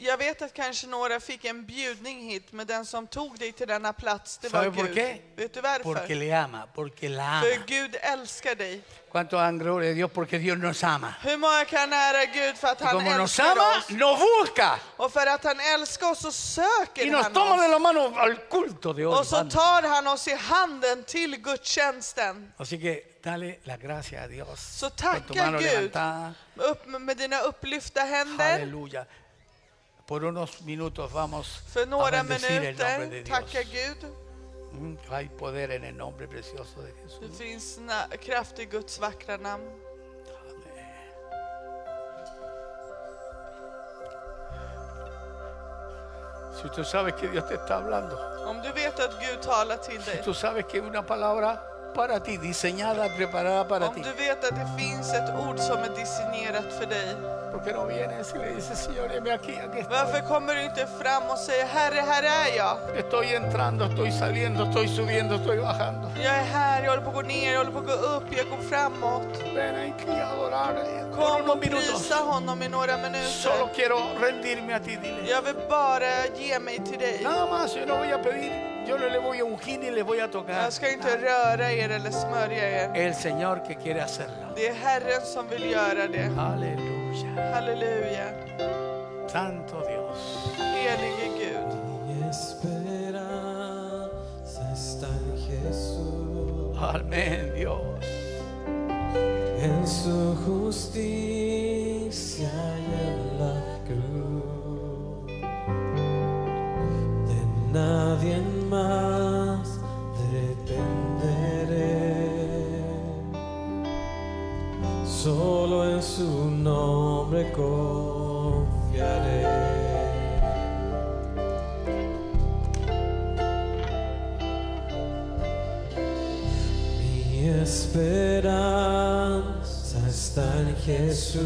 B: Jag vet att kanske några fick en bjudning hit, men den som tog dig till denna plats, det var
A: Sabe por
B: Gud.
A: qué?
B: Vet du varför?
A: Porque le ama, porque la ama.
B: För Gud älskar dig.
A: ¿Cuánto dan gloria a Dios? Porque Dios nos ama.
B: Hur många kan ära Gud för att
A: Y
B: han
A: como nos
B: älskar
A: ama,
B: oss?
A: nos busca.
B: Och för att han älskar oss så
A: Y
B: söker
A: nos
B: han
A: toma
B: oss.
A: de la mano al culto de hoy.
B: Och så tar han oss i handen till gudstjänsten.
A: Así que dale las gracias a Dios. Con
B: Så
A: tu
B: tacka
A: mano
B: Gud.
A: levantada.
B: Upp med dina upplyfta händer.
A: Aleluya. Por unos minutos vamos
B: För
A: a
B: några
A: bendecir el nombre de
B: minuter, tacka
A: Dios.
B: Gud.
A: Mm, Hay poder en el nombre precioso de
B: Det
A: Jesús.
B: finns na- kraft i Guds vackra namn.
A: Si tú sabes que Dios te está hablando,
B: Om du vet att Gud talar till
A: si
B: dig,
A: tú sabes que una palabra para ti, diseñada, preparada para
B: om
A: ti,
B: du vet att det finns ett ord som är designerat för dig,
A: ¿por qué no vienes y le dices, Señor, heme aquí, aquí estoy?
B: varför kommer du inte fram och säger Herre, här är jag.
A: Estoy entrando, estoy saliendo, estoy subiendo, estoy bajando.
B: Jag är här, jag håller på att gå ner, jag håller på att gå upp, jag går framåt.
A: Ven aquí a adorar eh, por
B: Kom
A: unos
B: och
A: minutos.
B: prisa honom i några
A: Solo
B: minuter.
A: quiero rendirme a ti, dile.
B: Jag vill bara ge mig till dig.
A: Nada más, yo no voy a pedir, yo no le voy a ungir ni le voy a tocar.
B: Jag ska inte röra er eller smörja er.
A: El Señor que quiere hacerlo.
B: Det är Herren som vill göra det.
A: Aleluya.
B: Halleluja.
A: Santo Dios.
B: Helige Gud.
C: Mi esperanza está en Jesús,
A: Amén, Dios.
C: en su justicia y en la cruz. De nadie más dependeré, solo en su nombre confiaré. Mi esperanza está en Jesús,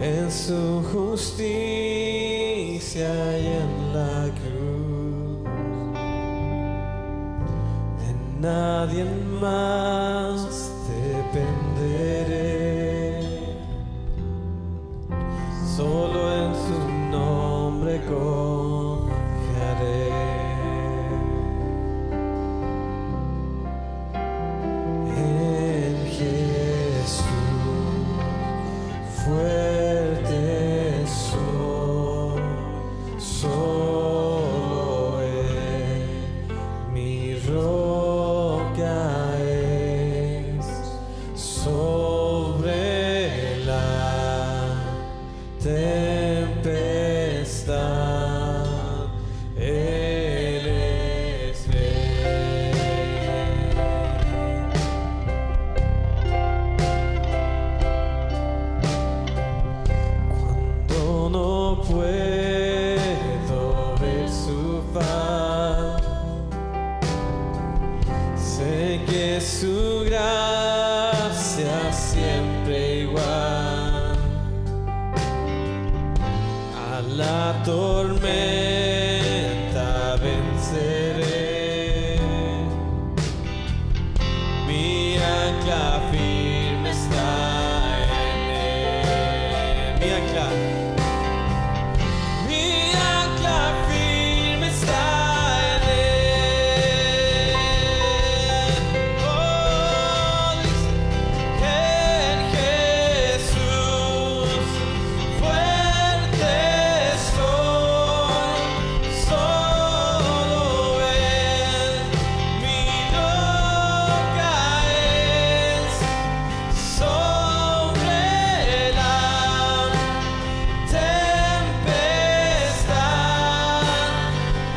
C: en su justicia y en la cruz. De nadie más dependeré, solo en su nombre confiaré. En Jesús fuerte soy. su gracia siempre igual a la tormenta venceré mi ancla firme está en él mi ancla mi ancla firme está en él. Oh, dice, en Jesús fuerte soy, solo él mi roca es sobre la Tempestad,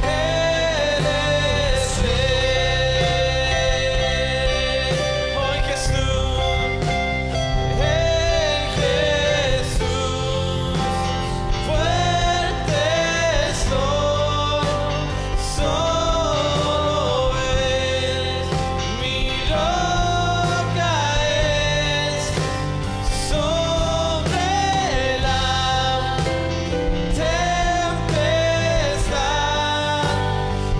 C: eres él. Hoy Jesús, en Jesús, fuerte soy, solo él. Mi roca es sobre la tempestad eres él. Eres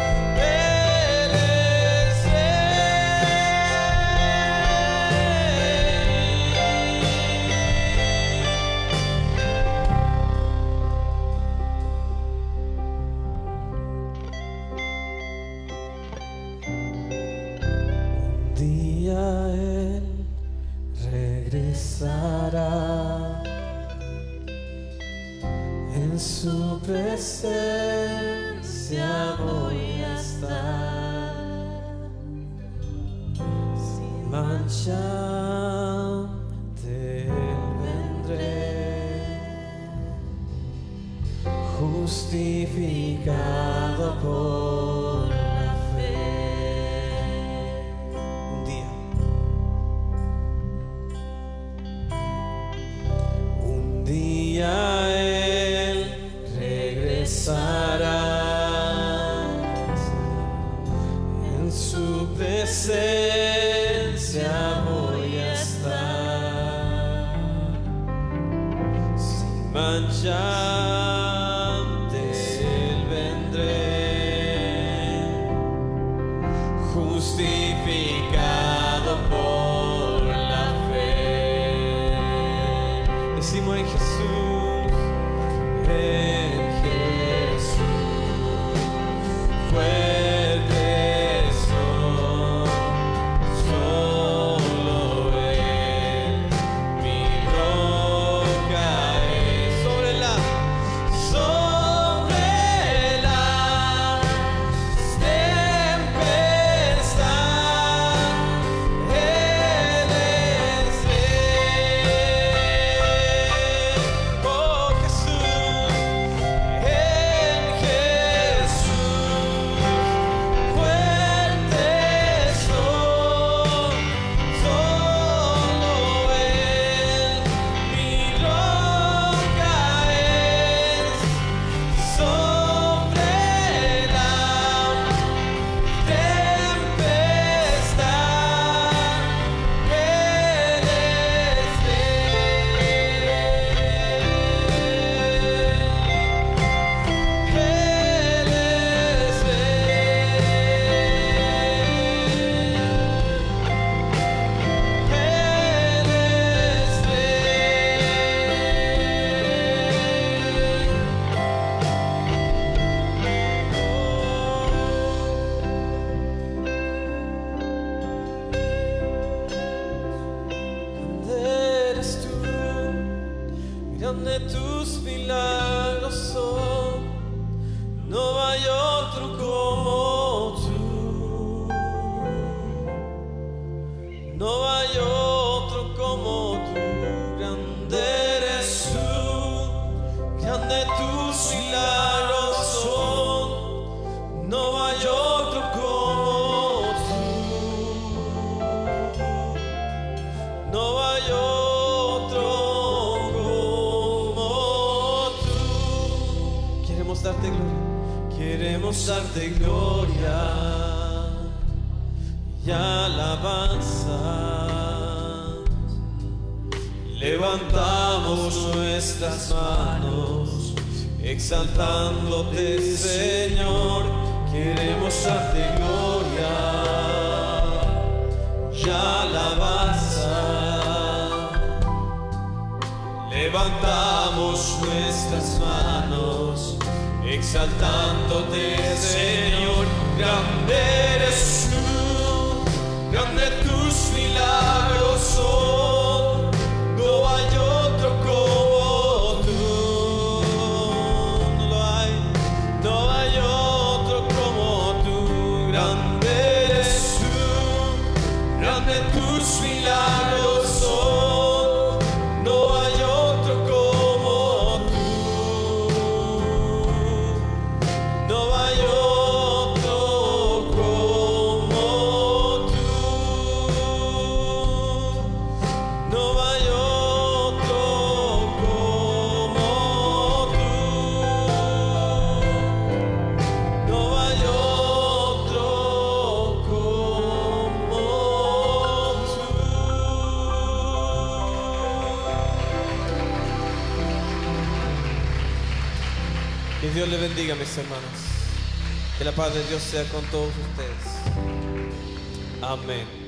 C: él. Eres él. Un día él regresará en su presencia voy a estar sin mancha ante él vendré justificado por la fe un día. Un día Él regresará en su presencia. Voy a estar sin mancha. ante Él vendré justificado por la fe. Decimos en Jesús, en Jesús, fuerte soy, solo Él, mi roca es sobre la, sobre la Tempestad, eres él. Oh Jesús, en Jesús, fuerte soy, solo él. Mi roca es sobre la tempestad eres él. Eres él. Eres él. ¿Dónde eres tú? Grande tus milagros son. No hay otro como tú. No hay otro como tú. Grande eres tú. Grande tus milagros son. No hay otro como tú. queremos darte gloria y alabanza. Levantamos nuestras manos, exaltándote, Señor. Queremos darte gloria y alabanza. Levantamos nuestras manos, exaltándote, Señor. Grande eres tú, grande tus milagros son. No hay otro como tú. No lo hay, no hay otro como tú. Grande eres tú, grande tus milagros son. No hay otro como tú, no hay otro como tú, no hay otro como tú, no hay otro como tú. Que Dios le bendiga, mis hermanos. Que la paz de Dios sea con todos ustedes. Amén.